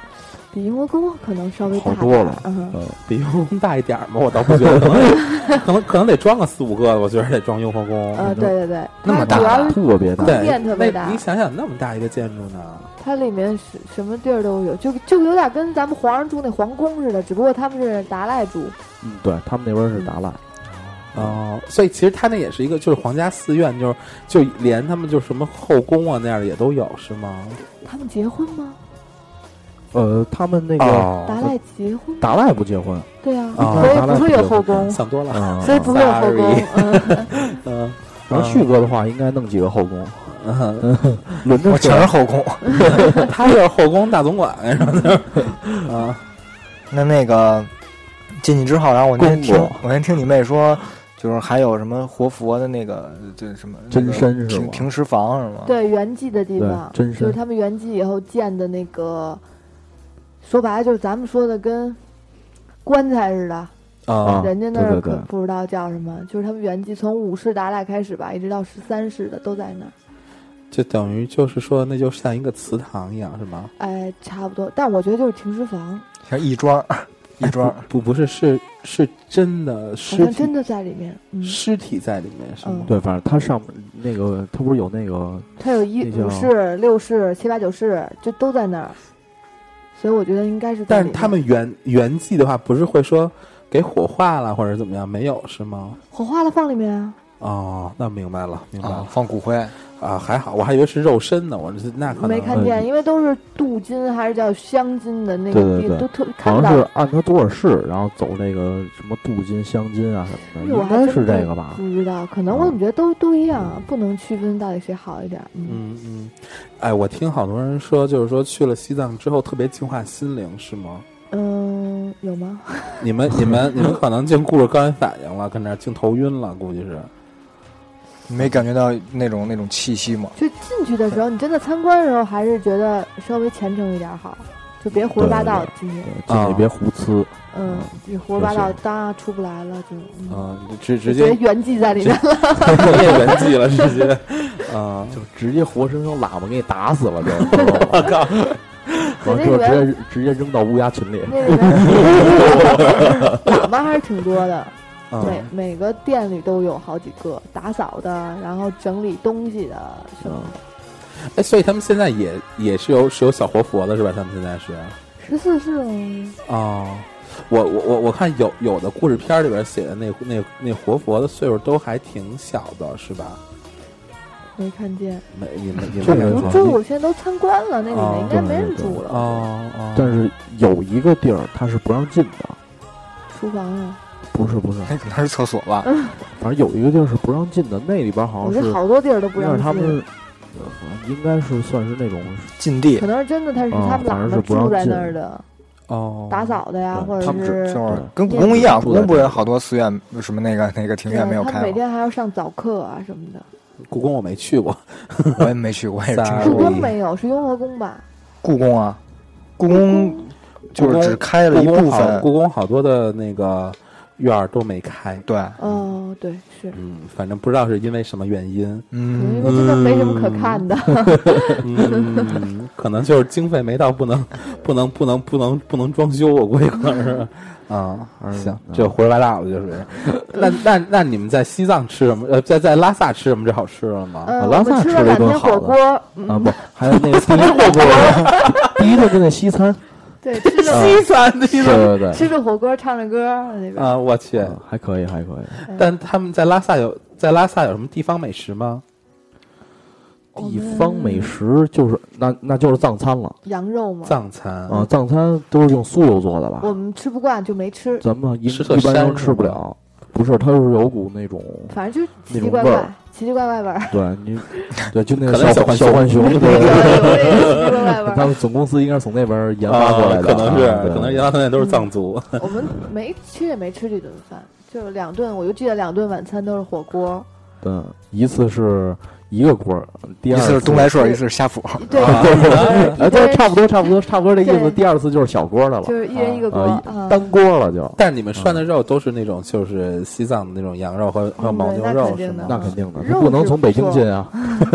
Speaker 6: 比雍和宫可能稍微大
Speaker 7: 好
Speaker 6: 一
Speaker 7: 多
Speaker 6: 点
Speaker 7: 了
Speaker 6: 嗯，
Speaker 7: 嗯，
Speaker 5: 比雍和宫大一点儿吗？我倒不觉 得，可能可能可能得装个四五个，我觉得得装雍和宫。
Speaker 6: 呃，对对对，
Speaker 3: 那么大
Speaker 6: 它主要是
Speaker 7: 特别大，
Speaker 5: 对，
Speaker 6: 店特别
Speaker 5: 那
Speaker 6: 大
Speaker 5: 你想想，那么大一个建筑呢？
Speaker 6: 它里面什什么地儿都有，就就有点跟咱们皇上住那皇宫似的，只不过他们是达赖住。
Speaker 7: 嗯对他们那边是达赖，
Speaker 5: 哦，所以其实它那也是一个，就是皇家寺院，就是就连他们就是什么后宫啊那样的也都有，是吗？
Speaker 6: 他们结婚吗？
Speaker 7: 呃，他们那个
Speaker 5: 哦，
Speaker 6: 达赖结婚？
Speaker 7: 达赖不结婚，
Speaker 6: 对啊，
Speaker 5: 啊
Speaker 6: 所以不会有后宫，
Speaker 5: 想多了。
Speaker 7: 嗯
Speaker 6: 所以不会有后宫。嗯，
Speaker 5: 嗯
Speaker 7: 然后旭哥的话，应该弄几个后宫，
Speaker 5: 嗯，
Speaker 7: 轮着
Speaker 3: 我全
Speaker 7: 睡
Speaker 3: 是后宫。
Speaker 5: 他就是后宫大总管，然后就是啊。
Speaker 3: 那那个进去之后，然后我那天听
Speaker 7: 公主
Speaker 3: 我那天听你妹说，就是还有什么活佛的那个这什么
Speaker 7: 真
Speaker 3: 那个
Speaker 7: 身是吗
Speaker 3: 停停尸房是吗？，
Speaker 6: 对，圆寂的地方，
Speaker 7: 啊对真是
Speaker 6: 就是他们圆寂以后建的那个，说白了就是咱们说的跟棺材似的，
Speaker 5: 啊
Speaker 7: 啊
Speaker 6: 人家那儿
Speaker 7: 对对
Speaker 6: 可
Speaker 7: 对
Speaker 6: 不知道叫什么，就是他们圆寂从五世达赖开始吧，一直到十三世的都在那儿。
Speaker 5: 就等于就是说，那就像一个祠堂一样，是吗？
Speaker 6: 哎，差不多，但我觉得就是停尸房，
Speaker 3: 像亦庄亦 庄，
Speaker 5: 不，不是，是是真的
Speaker 6: 好
Speaker 5: 尸
Speaker 6: 像
Speaker 5: 体，
Speaker 6: 真的在里面。嗯，
Speaker 5: 尸体在里面，是吗？
Speaker 6: 嗯
Speaker 7: 对，反正他上面那个，他不是有那个
Speaker 6: 它有一
Speaker 7: 那叫
Speaker 6: 五世、六世、七八九世，就都在那儿，所以我觉得应该是在
Speaker 5: 但
Speaker 6: 里
Speaker 5: 是
Speaker 6: 面。
Speaker 5: 他们原原计的话，不是会说给火化了或者怎么样？没有是吗？
Speaker 6: 火化了放里面啊，
Speaker 5: 哦，那明白了，明白
Speaker 3: 啊
Speaker 5: 了，
Speaker 3: 放骨灰，
Speaker 5: 啊，还好，我还以为是肉身呢，我这那可能
Speaker 6: 哦没看见，因为都是镀金还是叫镶金的那
Speaker 7: 对
Speaker 6: 个
Speaker 7: 对
Speaker 6: 地，
Speaker 7: 对
Speaker 6: 都特看
Speaker 7: 好
Speaker 6: 不
Speaker 7: 像是
Speaker 6: 到。
Speaker 7: 按他多少世，然后走这个什么镀金、镶金啊什么
Speaker 6: 哎
Speaker 7: 的，
Speaker 6: 我
Speaker 7: 应
Speaker 6: 还
Speaker 7: 该
Speaker 6: 真
Speaker 7: 是这
Speaker 6: 不
Speaker 7: 个吧嗯
Speaker 6: 不？知道，可能我怎么觉得都都一样，不能区分到底谁好一点。嗯，
Speaker 5: 嗯嗯，哎，我听好多人说，就是说去了西藏之后特别净化心灵，是吗？
Speaker 6: 嗯，有吗？
Speaker 5: 你们你们你们可能净顾着高原反应了，跟那儿净头晕了，估计是。
Speaker 3: 你没感觉到那种那种气息吗？
Speaker 6: 就进去的时候，你真的参观的时候，还是觉得稍微虔诚一点好，就别胡说八道
Speaker 7: 对
Speaker 6: 进去
Speaker 7: 对。，进去别胡呲，
Speaker 6: 嗯，你胡说八道，当然出不来了，就嗯
Speaker 7: 啊
Speaker 5: 嗯，直直
Speaker 6: 直
Speaker 5: 接
Speaker 6: 接圆寂在里面。
Speaker 5: 灭原迹了，直接，啊、
Speaker 7: 就直接活生生喇叭给你打死了，就知道吧
Speaker 5: 靠，
Speaker 6: 可
Speaker 7: 完
Speaker 6: 那
Speaker 7: 之后
Speaker 6: 里面
Speaker 7: 直接直接扔到乌鸦群里。
Speaker 6: 那里面喇嘛还是挺多的，每
Speaker 5: 嗯，
Speaker 6: 每个店里都有好几个打扫的，然后整理东西的什
Speaker 7: 嗯
Speaker 6: 么的。
Speaker 5: 哎，所以他们现在也也是有是有小活佛的是吧？他们现在是
Speaker 6: 十四是吗？
Speaker 5: 哦。我我我我看有有的故事片里边写的那那那活佛的岁数都还挺小的，是吧？
Speaker 6: 没看见，
Speaker 5: 没你们你
Speaker 7: 就
Speaker 5: 们
Speaker 7: 是
Speaker 5: 没有
Speaker 6: 不
Speaker 5: 见
Speaker 6: 住，我现在都参观了，那里
Speaker 7: 哦
Speaker 6: 面应该没人住了，
Speaker 5: 哦哦，
Speaker 7: 但是有一个地儿它是不让进的，
Speaker 6: 厨房啊，
Speaker 7: 不是不是，
Speaker 3: 那可能是厕所吧？
Speaker 6: 嗯
Speaker 7: 反正有一个地儿是不让进的，那里边好
Speaker 6: 我
Speaker 7: 像
Speaker 6: 这
Speaker 7: 哦是
Speaker 6: 好多地儿都不
Speaker 7: 因为
Speaker 6: 让
Speaker 7: 他
Speaker 6: 进。
Speaker 7: 们呃应该是算是那种
Speaker 3: 禁地
Speaker 6: 可，能是真的，他是
Speaker 7: 啊
Speaker 6: 他们
Speaker 7: 反
Speaker 6: 喇
Speaker 7: 正是
Speaker 6: 嘛
Speaker 7: 不让
Speaker 6: 住在
Speaker 7: 进
Speaker 6: 那儿的，
Speaker 5: 哦
Speaker 6: 打扫的呀，
Speaker 7: 对
Speaker 6: 或者
Speaker 3: 他们只
Speaker 6: 是
Speaker 3: 就是
Speaker 7: 对
Speaker 3: 跟故宫一样，故
Speaker 7: 住在
Speaker 3: 宫不
Speaker 7: 这
Speaker 3: 是
Speaker 7: 儿
Speaker 3: 好多寺院什么那个那个庭
Speaker 6: 嗯对
Speaker 3: 院没有
Speaker 6: 他
Speaker 3: 开
Speaker 6: 们每
Speaker 3: 吗？
Speaker 6: 天还要上早课啊什么的。
Speaker 5: 故宫我没去过，
Speaker 3: 我也没去，我也
Speaker 5: 在
Speaker 3: 听
Speaker 7: 哎
Speaker 5: 啊
Speaker 6: 故
Speaker 3: 说
Speaker 5: 我
Speaker 3: 过
Speaker 6: 宫没有，是雍和宫吧？
Speaker 3: 故宫啊，故宫就是只开了一
Speaker 5: 故
Speaker 3: 部
Speaker 5: 宫好
Speaker 3: 分，
Speaker 5: 故宫好多的那个院儿都没开，
Speaker 3: 对，
Speaker 6: 哦，对，是，
Speaker 5: 嗯，反正不知道是因为什么原因，
Speaker 6: 可能因
Speaker 3: 嗯，
Speaker 6: 为真的没什么可看的。
Speaker 5: 嗯，可能就是经费没到，不能不能不能不能不能装修，我估计可能 是。啊、行，这胡说八道了，就是。 那那那你们在西藏吃什么？呃，在在拉萨吃什么最好吃了吗？
Speaker 6: 嗯，
Speaker 7: 啊拉
Speaker 6: 我们
Speaker 7: 萨
Speaker 6: 吃
Speaker 7: 吃
Speaker 6: 了
Speaker 7: 了一
Speaker 6: 两
Speaker 7: 顿
Speaker 6: 天
Speaker 7: 好
Speaker 6: 火
Speaker 7: 的
Speaker 6: 锅，
Speaker 7: 啊
Speaker 6: 嗯，
Speaker 7: 不，还有那个第一火锅， 第一顿就那西餐，
Speaker 6: 对，吃着
Speaker 7: 啊
Speaker 5: 西藏的西
Speaker 7: 对
Speaker 5: 藏
Speaker 7: 对 对，
Speaker 6: 吃着火锅，唱着歌儿那边。
Speaker 5: 啊，我去！
Speaker 7: 嗯还可以还可以，
Speaker 5: 但他们在拉萨有在拉萨有什么地方美食吗？
Speaker 7: 地方美食就是那那就是藏餐了
Speaker 6: 羊肉嘛，
Speaker 5: 藏餐
Speaker 7: 啊，藏餐都是用酥油做的吧？
Speaker 6: 嗯我们吃不惯就没吃，
Speaker 7: 咱们一
Speaker 5: 是特
Speaker 7: 一般
Speaker 5: 膻
Speaker 7: 人吃不
Speaker 5: 是吗
Speaker 7: 了，不是，它是有股那 种，
Speaker 6: 反正就奇奇
Speaker 7: 那种
Speaker 6: 怪
Speaker 7: 味儿
Speaker 6: 怪，奇奇怪怪味儿。
Speaker 7: 对你，对就那
Speaker 5: 可
Speaker 7: 个
Speaker 5: 能
Speaker 7: 小
Speaker 5: 小浣
Speaker 7: 小浣熊，对
Speaker 6: 有有
Speaker 7: 对对
Speaker 6: 有奇怪怪味
Speaker 7: 他
Speaker 6: 儿。
Speaker 7: 们总公司应该是从那边研发过来
Speaker 5: 啊，
Speaker 7: 的，
Speaker 5: 可能是
Speaker 7: 啊对嗯
Speaker 5: 可能原来那都是藏族。
Speaker 6: 我们没吃也没吃这顿饭，就两顿，我就记得两顿晚餐都是火锅。
Speaker 7: 对，嗯一次是一个锅儿，第
Speaker 3: 一
Speaker 7: 二
Speaker 3: 次是东 来顺，
Speaker 6: 是
Speaker 3: 一次是虾府，
Speaker 6: 对，
Speaker 7: 哎，对，差不多差不多差不多这意
Speaker 6: 对
Speaker 7: 思，第二次就是小锅的了，
Speaker 6: 就是一人一个锅
Speaker 7: 啊，
Speaker 6: 啊
Speaker 7: 一，单锅了就，
Speaker 5: 但你们涮的肉都是那种，就是西藏的那种羊肉和和
Speaker 6: 嗯
Speaker 5: 牦
Speaker 6: 对
Speaker 5: 牛
Speaker 6: 那
Speaker 5: 肉
Speaker 6: 肯
Speaker 5: 是
Speaker 6: 定的
Speaker 5: 吗？
Speaker 7: 那肯定的，
Speaker 6: 肉
Speaker 7: 它不能
Speaker 6: 是
Speaker 7: 从
Speaker 6: 不
Speaker 7: 北京
Speaker 6: 错
Speaker 7: 进啊，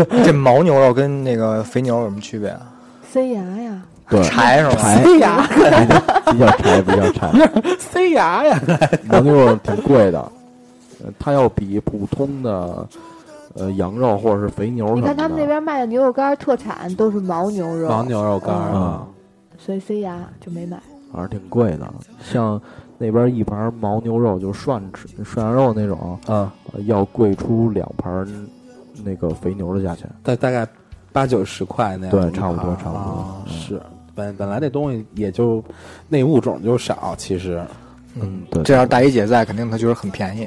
Speaker 3: 这牦牛肉跟那个肥牛有什么区别啊？
Speaker 6: 塞牙 呀，
Speaker 7: 对，
Speaker 3: 柴是吧？
Speaker 7: 柴
Speaker 5: 呀，
Speaker 7: 比较柴比 较柴，
Speaker 5: 塞牙 呀！
Speaker 7: 牦牛肉挺贵的，呃它要比普通的呃羊肉或者是肥牛什
Speaker 6: 你
Speaker 7: 么的，
Speaker 6: 看他们那边卖的牛肉干儿特产都是牦牛肉，
Speaker 5: 牦牛肉干儿
Speaker 7: 啊，
Speaker 6: 所以塞牙就没买。
Speaker 7: 反正挺贵的，像那边一盘牦牛肉就涮吃涮羊肉那种，
Speaker 5: 嗯，
Speaker 7: 呃要贵出两盘儿那个肥牛的价钱。
Speaker 5: 大大概八九十块那样，
Speaker 7: 对差不多
Speaker 5: 啊
Speaker 7: 差不多
Speaker 5: 啊
Speaker 7: 嗯
Speaker 5: 是。本本来这东西也就那物种就少，其实
Speaker 7: 嗯，对，
Speaker 3: 这要是大姨姐在，肯定她觉得很便宜。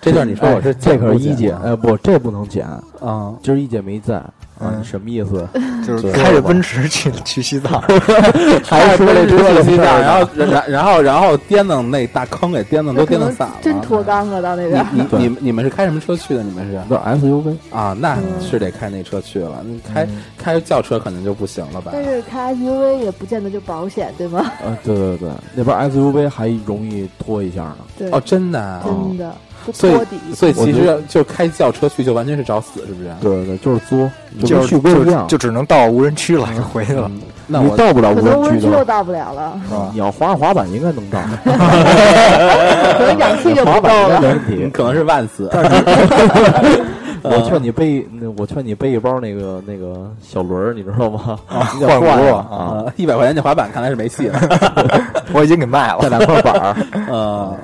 Speaker 5: 这段你说我是
Speaker 7: 这可是一姐，
Speaker 5: 姐啊
Speaker 7: 哎不，这不能减，
Speaker 5: 嗯
Speaker 7: 今儿一姐没在啊，
Speaker 3: 嗯
Speaker 7: 你什么意思？
Speaker 3: 就是
Speaker 7: 对
Speaker 3: 开着奔驰去去西藏，
Speaker 7: 还说这车的
Speaker 5: 西
Speaker 7: 事
Speaker 5: 藏，
Speaker 7: 儿呢
Speaker 5: 然后然然后然后颠弄那大坑给颠弄都
Speaker 6: 可
Speaker 5: 颠
Speaker 6: 能
Speaker 5: 弄散了。
Speaker 7: 啊
Speaker 5: 啊
Speaker 6: 真脱肛了到那边。
Speaker 5: 你你你你们是开什么车去的？你们是
Speaker 7: 那 SUV
Speaker 5: 啊，那是得开那车去了。你开
Speaker 7: 嗯
Speaker 5: 开轿车可能就不行了吧？
Speaker 6: 但是开 SUV 也不见得就保险，对吗？
Speaker 7: 啊，对对对，那边 SUV 还容易拖一下呢。
Speaker 6: 对，
Speaker 5: 哦，真的啊，
Speaker 6: 真的
Speaker 7: 哦
Speaker 6: 不
Speaker 5: 所
Speaker 6: 托底。
Speaker 5: 以所以其实就开轿车去就完全是找死，是不是？
Speaker 7: 对对对，就是作，
Speaker 3: 就
Speaker 7: 跟
Speaker 3: 是
Speaker 7: 旭哥
Speaker 3: 就
Speaker 7: 一样，
Speaker 3: 就只能到无人区了，就回去了。
Speaker 5: 嗯，那
Speaker 7: 你
Speaker 5: 我
Speaker 7: 到不了无
Speaker 6: 可能无
Speaker 7: 人
Speaker 6: 人
Speaker 7: 区
Speaker 6: 区都
Speaker 7: 的，
Speaker 6: 到不了 了，
Speaker 3: 是吧
Speaker 7: 你要滑着滑板应该能到，
Speaker 6: 可能氧气就
Speaker 7: 滑
Speaker 6: 不够
Speaker 7: 板应该
Speaker 6: 了。
Speaker 7: 没问题
Speaker 5: 你。可能是万死。
Speaker 7: 我劝你背，那我劝你背一包那个那个小轮儿，你知道吗？ 你得
Speaker 3: 换
Speaker 7: 换
Speaker 3: 锅
Speaker 7: 啊，
Speaker 5: 一百块钱那滑板看来是没戏了。
Speaker 3: 我已经给卖
Speaker 7: 带
Speaker 3: 了。
Speaker 7: 两块板儿。
Speaker 5: 嗯，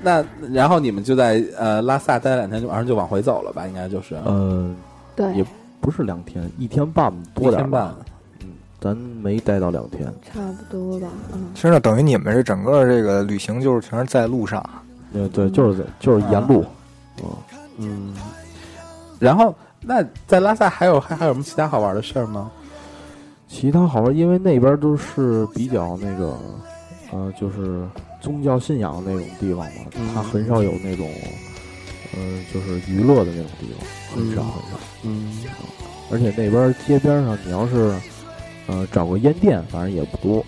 Speaker 5: 那然后你们就在呃拉萨待了两天，就晚上就往回走了吧？应该就是
Speaker 7: 嗯，
Speaker 6: 对
Speaker 7: 也，不是两天，一天半多
Speaker 5: 一
Speaker 7: 点儿
Speaker 5: 天半
Speaker 7: 吧。嗯，咱没待到两天，
Speaker 6: 差不多吧。嗯，
Speaker 3: 其实呢，等于你们这整个这个旅行就是全是在路上，
Speaker 7: 对
Speaker 6: 嗯
Speaker 7: 对，就是在就是沿路。啊
Speaker 5: 嗯。然后那在拉萨还有还还有什么其他好玩的事儿吗？
Speaker 7: 其他好玩，因为那边都是比较那个，呃，就是宗教信仰那种地方嘛，
Speaker 5: 嗯
Speaker 7: 它很少有那种，呃，就是娱乐的那种地方，很少
Speaker 5: 嗯
Speaker 7: 很少。
Speaker 5: 嗯
Speaker 7: 而且那边街边上，你要是，呃，找个烟店，反正也不多，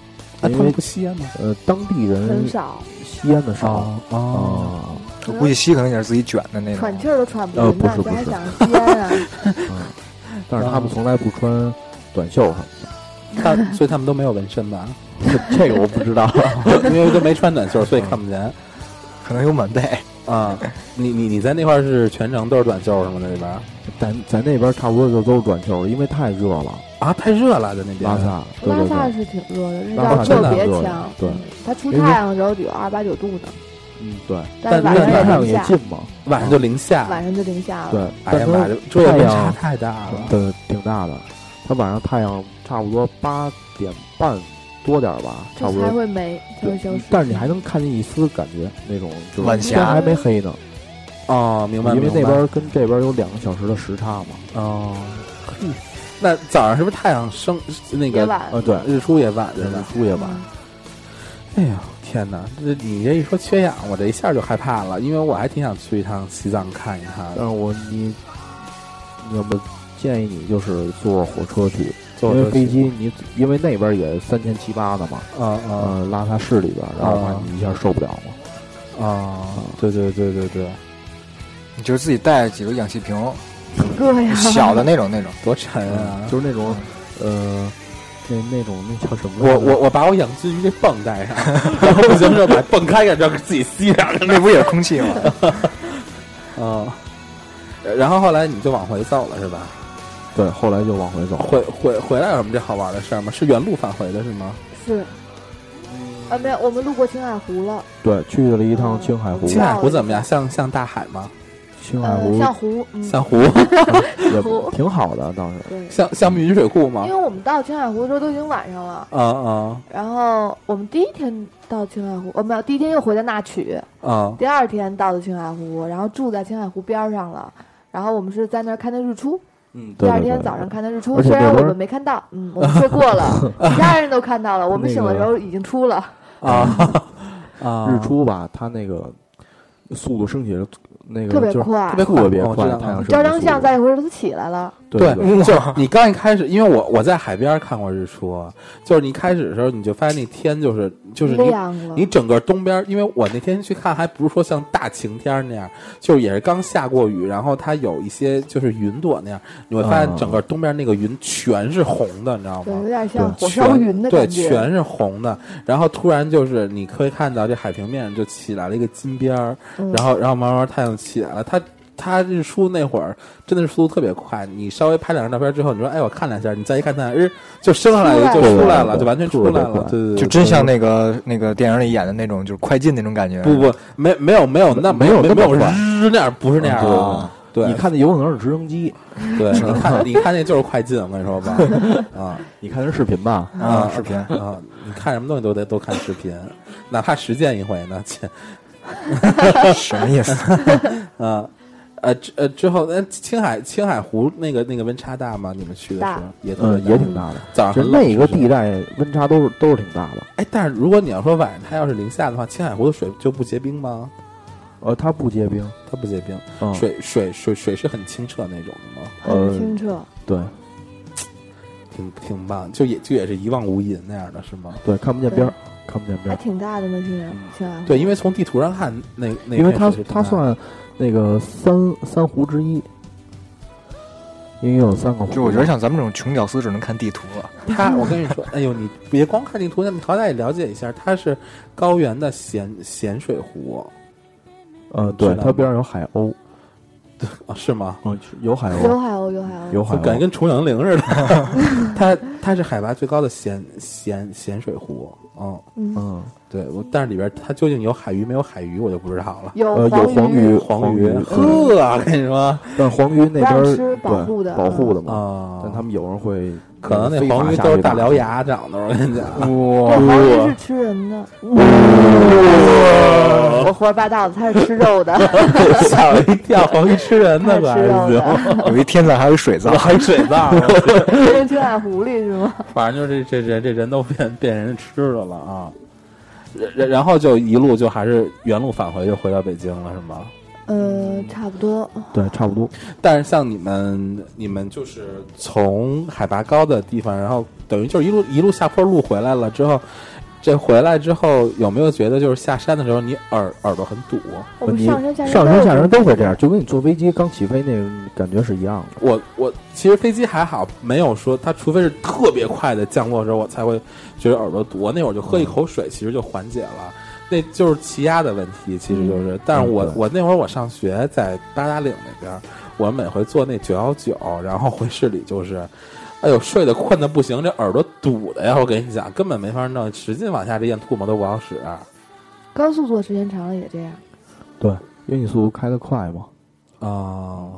Speaker 5: 啊，他
Speaker 7: 因
Speaker 5: 们
Speaker 7: 为
Speaker 5: 不吸烟吗？
Speaker 7: 呃，当地人
Speaker 6: 很少，
Speaker 7: 吸烟的少啊。
Speaker 5: 哦，
Speaker 3: 我估计西可能也是自己卷的那种
Speaker 6: 喘。气儿都喘不
Speaker 7: 呃
Speaker 6: 匀
Speaker 7: 不
Speaker 6: 呢
Speaker 7: 是，
Speaker 6: 你
Speaker 7: 不
Speaker 6: 还
Speaker 7: 是
Speaker 6: 想吸烟啊？
Speaker 7: 嗯但是他们从来不穿短袖什么的，
Speaker 5: 他所以他们都没有纹 身吧？
Speaker 7: 这个我不知道。
Speaker 5: 因为都没穿短袖，所以看不见。
Speaker 3: 可能有满背。
Speaker 5: 啊，你你你在那块儿是全程都是短袖是吗？在那边儿
Speaker 7: 咱咱那边差不多就都是短袖，因为太热了。
Speaker 5: 啊，太热了，在那边
Speaker 7: 拉萨，对
Speaker 6: 拉
Speaker 7: 对
Speaker 6: 萨
Speaker 7: 对，
Speaker 6: 是挺热的，日
Speaker 7: 拉
Speaker 6: 照
Speaker 7: 萨
Speaker 6: 特
Speaker 5: 真的
Speaker 6: 别
Speaker 7: 热的
Speaker 6: 强。
Speaker 7: 对
Speaker 6: 嗯，它出
Speaker 7: 因为
Speaker 6: 太阳的时候得有二八九度呢，
Speaker 7: 嗯对，
Speaker 6: 但是
Speaker 5: 但
Speaker 6: 晚
Speaker 5: 但
Speaker 6: 上
Speaker 7: 太
Speaker 6: 也
Speaker 7: 阳
Speaker 6: 零
Speaker 7: 也
Speaker 6: 下，
Speaker 7: 近嘛，
Speaker 5: 晚上就零下，
Speaker 6: 晚上就零下了。
Speaker 7: 对，
Speaker 5: 哎呀
Speaker 7: 但
Speaker 5: 妈
Speaker 7: 它
Speaker 5: 呀，这
Speaker 7: 太
Speaker 5: 温差
Speaker 7: 阳
Speaker 5: 太大了。
Speaker 7: 对挺大的。它晚上太阳差不多八点半多点儿吧，
Speaker 6: 这
Speaker 7: 差不
Speaker 6: 才
Speaker 7: 多。
Speaker 6: 会没，才会
Speaker 7: 对
Speaker 6: 消失。
Speaker 7: 但是你还能看见一丝感觉，那种就是
Speaker 3: 晚
Speaker 7: 天
Speaker 3: 霞
Speaker 7: 还没黑呢，
Speaker 5: 哦，明白，
Speaker 7: 因为
Speaker 5: 明白
Speaker 7: 那边跟这边有两个小时的时差嘛。
Speaker 5: 哦，那早上是不是太阳升那
Speaker 6: 也
Speaker 5: 个
Speaker 6: 晚，
Speaker 7: 呃，对，
Speaker 5: 日出也晚
Speaker 7: 日
Speaker 5: 着呢？
Speaker 7: 出也晚
Speaker 6: 嗯。
Speaker 5: 哎呀，天哪！这你这一说缺氧，我这一下就害怕了，因为我还挺想去一趟西藏看一看
Speaker 7: 但，是我你，你要不建议你就是坐火车去，
Speaker 5: 坐
Speaker 7: 因
Speaker 5: 车
Speaker 7: 为飞
Speaker 5: 去。
Speaker 7: 机你因为那边也三千七八的嘛，
Speaker 5: 嗯嗯
Speaker 7: 呃，拉萨市里边，然后的
Speaker 5: 啊
Speaker 7: 话你一下受不了嘛。
Speaker 5: 啊！对对对对对，
Speaker 3: 你就自己带几个氧气瓶，
Speaker 6: 热呀，
Speaker 3: 小的那种那种。嗯
Speaker 5: 多沉啊！
Speaker 7: 就是那种，呃，那那种那叫什么来
Speaker 5: 我
Speaker 7: 着？
Speaker 5: 我我把我氧气鱼这泵带上，然后不行的时候把泵开开，然后自己吸上。
Speaker 3: 那不也是空气 吗？
Speaker 5: 嗯，然后后来你就往回走了是吧？
Speaker 7: 对，后来就往回走。
Speaker 5: 回回回来有什么这好玩的事儿吗？是原路返回的是吗？
Speaker 6: 是。啊，没有，我们路过青海湖了，
Speaker 7: 对，去了一趟青海湖，
Speaker 5: 青海湖怎么样？像像大海吗？
Speaker 7: 青海
Speaker 6: 呃，
Speaker 7: 湖
Speaker 6: 像湖，嗯，
Speaker 5: 像湖？
Speaker 7: 也挺好的，当时
Speaker 6: 对，
Speaker 5: 像像密云水库吗
Speaker 6: 因为？我们到青海湖的时候都已经晚上了，
Speaker 5: 啊啊
Speaker 6: 然后我们第一天到青海湖，哦，没有，第一天又回的那曲，
Speaker 5: 啊！
Speaker 6: 第二天到的青海湖，然后住在青海湖边儿上了。然后我们是在那儿看的日出，
Speaker 5: 嗯，
Speaker 6: 第
Speaker 7: 对
Speaker 6: 二
Speaker 7: 对
Speaker 6: 天
Speaker 7: 对
Speaker 6: 早上看的日出，
Speaker 7: 而且
Speaker 6: 虽然
Speaker 7: 那
Speaker 6: 我
Speaker 7: 边儿
Speaker 6: 们没看到，嗯，我们睡过 了，其他人都看到了，我们
Speaker 7: 那
Speaker 6: 醒的
Speaker 7: 个
Speaker 6: 时候已经出了。
Speaker 5: 啊啊！
Speaker 7: 日出吧，它那个速度升起来那个
Speaker 6: 特别
Speaker 7: 就是
Speaker 5: 啊
Speaker 6: 快
Speaker 7: 特别特别
Speaker 5: 我知
Speaker 7: 快，
Speaker 5: 道
Speaker 7: 太阳升起
Speaker 6: 照
Speaker 7: 来
Speaker 6: 张
Speaker 7: 速
Speaker 6: 相，
Speaker 7: 度
Speaker 6: 再一回头就起来了，
Speaker 7: 对对
Speaker 5: 对，就是你刚一开始，因为我我在海边看过日出，就是你一开始的时候，你就发现那天就是就是你
Speaker 6: 亮了
Speaker 5: 你。整个东边，因为我那天去看，还不是说像大晴天那样，就是也是刚下过雨，然后它有一些就是云朵那样，你会发现
Speaker 7: 嗯
Speaker 5: 整个东边那个云全是红的，你知道
Speaker 6: 对，
Speaker 5: 吗
Speaker 6: 有？点像
Speaker 7: 对
Speaker 6: 火烧云的
Speaker 5: 对，
Speaker 6: 感觉。
Speaker 5: 全是红的。然后突然就是你可以看到这海平面就起来了一个金边儿，
Speaker 6: 嗯
Speaker 5: 然后然后慢慢太阳起来了，它。它日出那会儿真的是速度特别快，你稍微拍两张照片之后，你说哎，我看两下，你再一看太阳，日就升上来了，就
Speaker 6: 出来
Speaker 5: 出来
Speaker 7: 了
Speaker 5: 了，
Speaker 7: 对
Speaker 5: 就完全出
Speaker 7: 特别
Speaker 5: 来了，
Speaker 7: 快
Speaker 5: 对 对对，
Speaker 3: 就真像那个那个电影里演的那种，就是快进那种感觉。
Speaker 5: 不不没没有没有那
Speaker 7: 没有
Speaker 5: 没
Speaker 7: 那么
Speaker 5: 有
Speaker 7: 快
Speaker 5: 日那样不是那样啊，对
Speaker 7: 你看那有可能是直升机，
Speaker 5: 对，你看你看那就是快进，我跟你说吧，啊
Speaker 7: 你看那视频吧，
Speaker 3: 啊，视频
Speaker 5: 啊，你看什么东西都得都看视频，哪怕实践一回呢，切。
Speaker 3: 什么意思？
Speaker 5: 啊，呃，之呃之后，那青海青海湖那个那个温差大吗？你们去的时候
Speaker 6: 大
Speaker 5: 也特
Speaker 7: 嗯，
Speaker 5: 别
Speaker 7: 也挺大的。
Speaker 5: 早上
Speaker 7: 就
Speaker 5: 很冷
Speaker 7: 那个
Speaker 5: 是不
Speaker 7: 地
Speaker 5: 是
Speaker 7: 带温差都是都是挺大的，
Speaker 5: 哎，但是如果你要说晚上它要是零下的话，青海湖的水就不结冰吗？
Speaker 7: 呃，它不结冰，
Speaker 5: 它不结冰，
Speaker 7: 嗯，
Speaker 5: 水水水水是很清澈那种的吗？
Speaker 7: 呃
Speaker 6: 很清澈，
Speaker 7: 对
Speaker 5: 挺挺棒，就也就也是一望无垠那样的是吗？
Speaker 7: 对，看不见边儿，看不见边
Speaker 6: 还
Speaker 7: 儿，
Speaker 6: 挺大的呢，青海青海湖。
Speaker 5: 对，因为从地图上看，那那
Speaker 7: 因为
Speaker 5: 片
Speaker 7: 它
Speaker 5: 水是挺大
Speaker 7: 它
Speaker 5: 的
Speaker 7: 算那个三三湖之一，因为有三个湖 嘛，
Speaker 3: 就我觉得像咱们这种穷屌丝只能看地图啊了。
Speaker 5: 它，我跟你说，哎呦，你别光看地图，那你好歹也了解一下，它是高原的咸咸水湖
Speaker 7: 呃，对
Speaker 5: 知，道
Speaker 7: 它边上有海鸥，
Speaker 5: 啊，是吗？
Speaker 7: 嗯，有海
Speaker 6: 有
Speaker 7: 鸥，
Speaker 6: 海鸥，有海鸥，
Speaker 7: 有海
Speaker 5: 就感觉
Speaker 7: 鸥，
Speaker 5: 跟重阳陵 似的。它它是海拔最高的咸咸咸水湖，嗯，
Speaker 6: 嗯，
Speaker 7: 嗯，
Speaker 5: 对，我但是里边它究竟有海鱼没有海鱼，我就不知道了。
Speaker 6: 有
Speaker 7: 呃，有黄
Speaker 6: 鱼，
Speaker 5: 黄
Speaker 7: 鱼，啊对
Speaker 5: 呵，跟你说啊，
Speaker 7: 但黄鱼那边
Speaker 6: 让
Speaker 7: 儿
Speaker 6: 吃保
Speaker 7: 对啊
Speaker 6: 护的
Speaker 7: 保护的嘛，但他
Speaker 5: 但
Speaker 7: 们有人会
Speaker 5: 可能啊那黄鱼都是大獠，牙长的，我跟你讲。
Speaker 6: 对
Speaker 3: 哇，
Speaker 6: 黄鱼是吃人的。我胡说八道的，它是吃肉 的，
Speaker 5: 吓我一 跳，黄鱼吃人
Speaker 6: 它
Speaker 5: 呢
Speaker 6: 是
Speaker 5: 吧？
Speaker 6: 吃肉的，
Speaker 3: 有一天在还有水葬，
Speaker 5: 还水葬，
Speaker 6: 这是青海湖里是吗？
Speaker 5: 反正就是这这这这人都变变人吃的了啊。然然然后就一路就还是原路返回，就回到北京了，是吗？
Speaker 6: 呃，差不多。
Speaker 7: 对，差不多，
Speaker 5: 但是像你们，你们就是从海拔高的地方，然后等于就是一路一路下坡路回来了之后，这回来之后有没有觉得就是下山的时候你耳耳朵很堵？
Speaker 6: 我们
Speaker 7: 你
Speaker 6: 上山下
Speaker 7: 上山下山都会这
Speaker 6: 样。
Speaker 7: 样，就跟你坐飞机刚起飞那个感觉是一样的。
Speaker 5: 我我其实飞机还好，没有说它，除非是特别快的降落的时候，我才会觉得耳朵堵。我那会儿就
Speaker 7: 嗯
Speaker 5: 喝一口水，其实就缓解了。那就是气压的问题，其实就是。但是我、
Speaker 7: 嗯对
Speaker 5: 我那会儿我上学在八达岭那边，我每回坐那九幺九，然后回市里就是，哎呦睡得困得不行，这耳朵堵的呀！我跟你讲，根本没法弄，使劲往下这咽唾沫都不好使、啊
Speaker 6: 高速坐时间长了也这样。
Speaker 7: 对，因为你速度开得快嘛。
Speaker 5: 哦，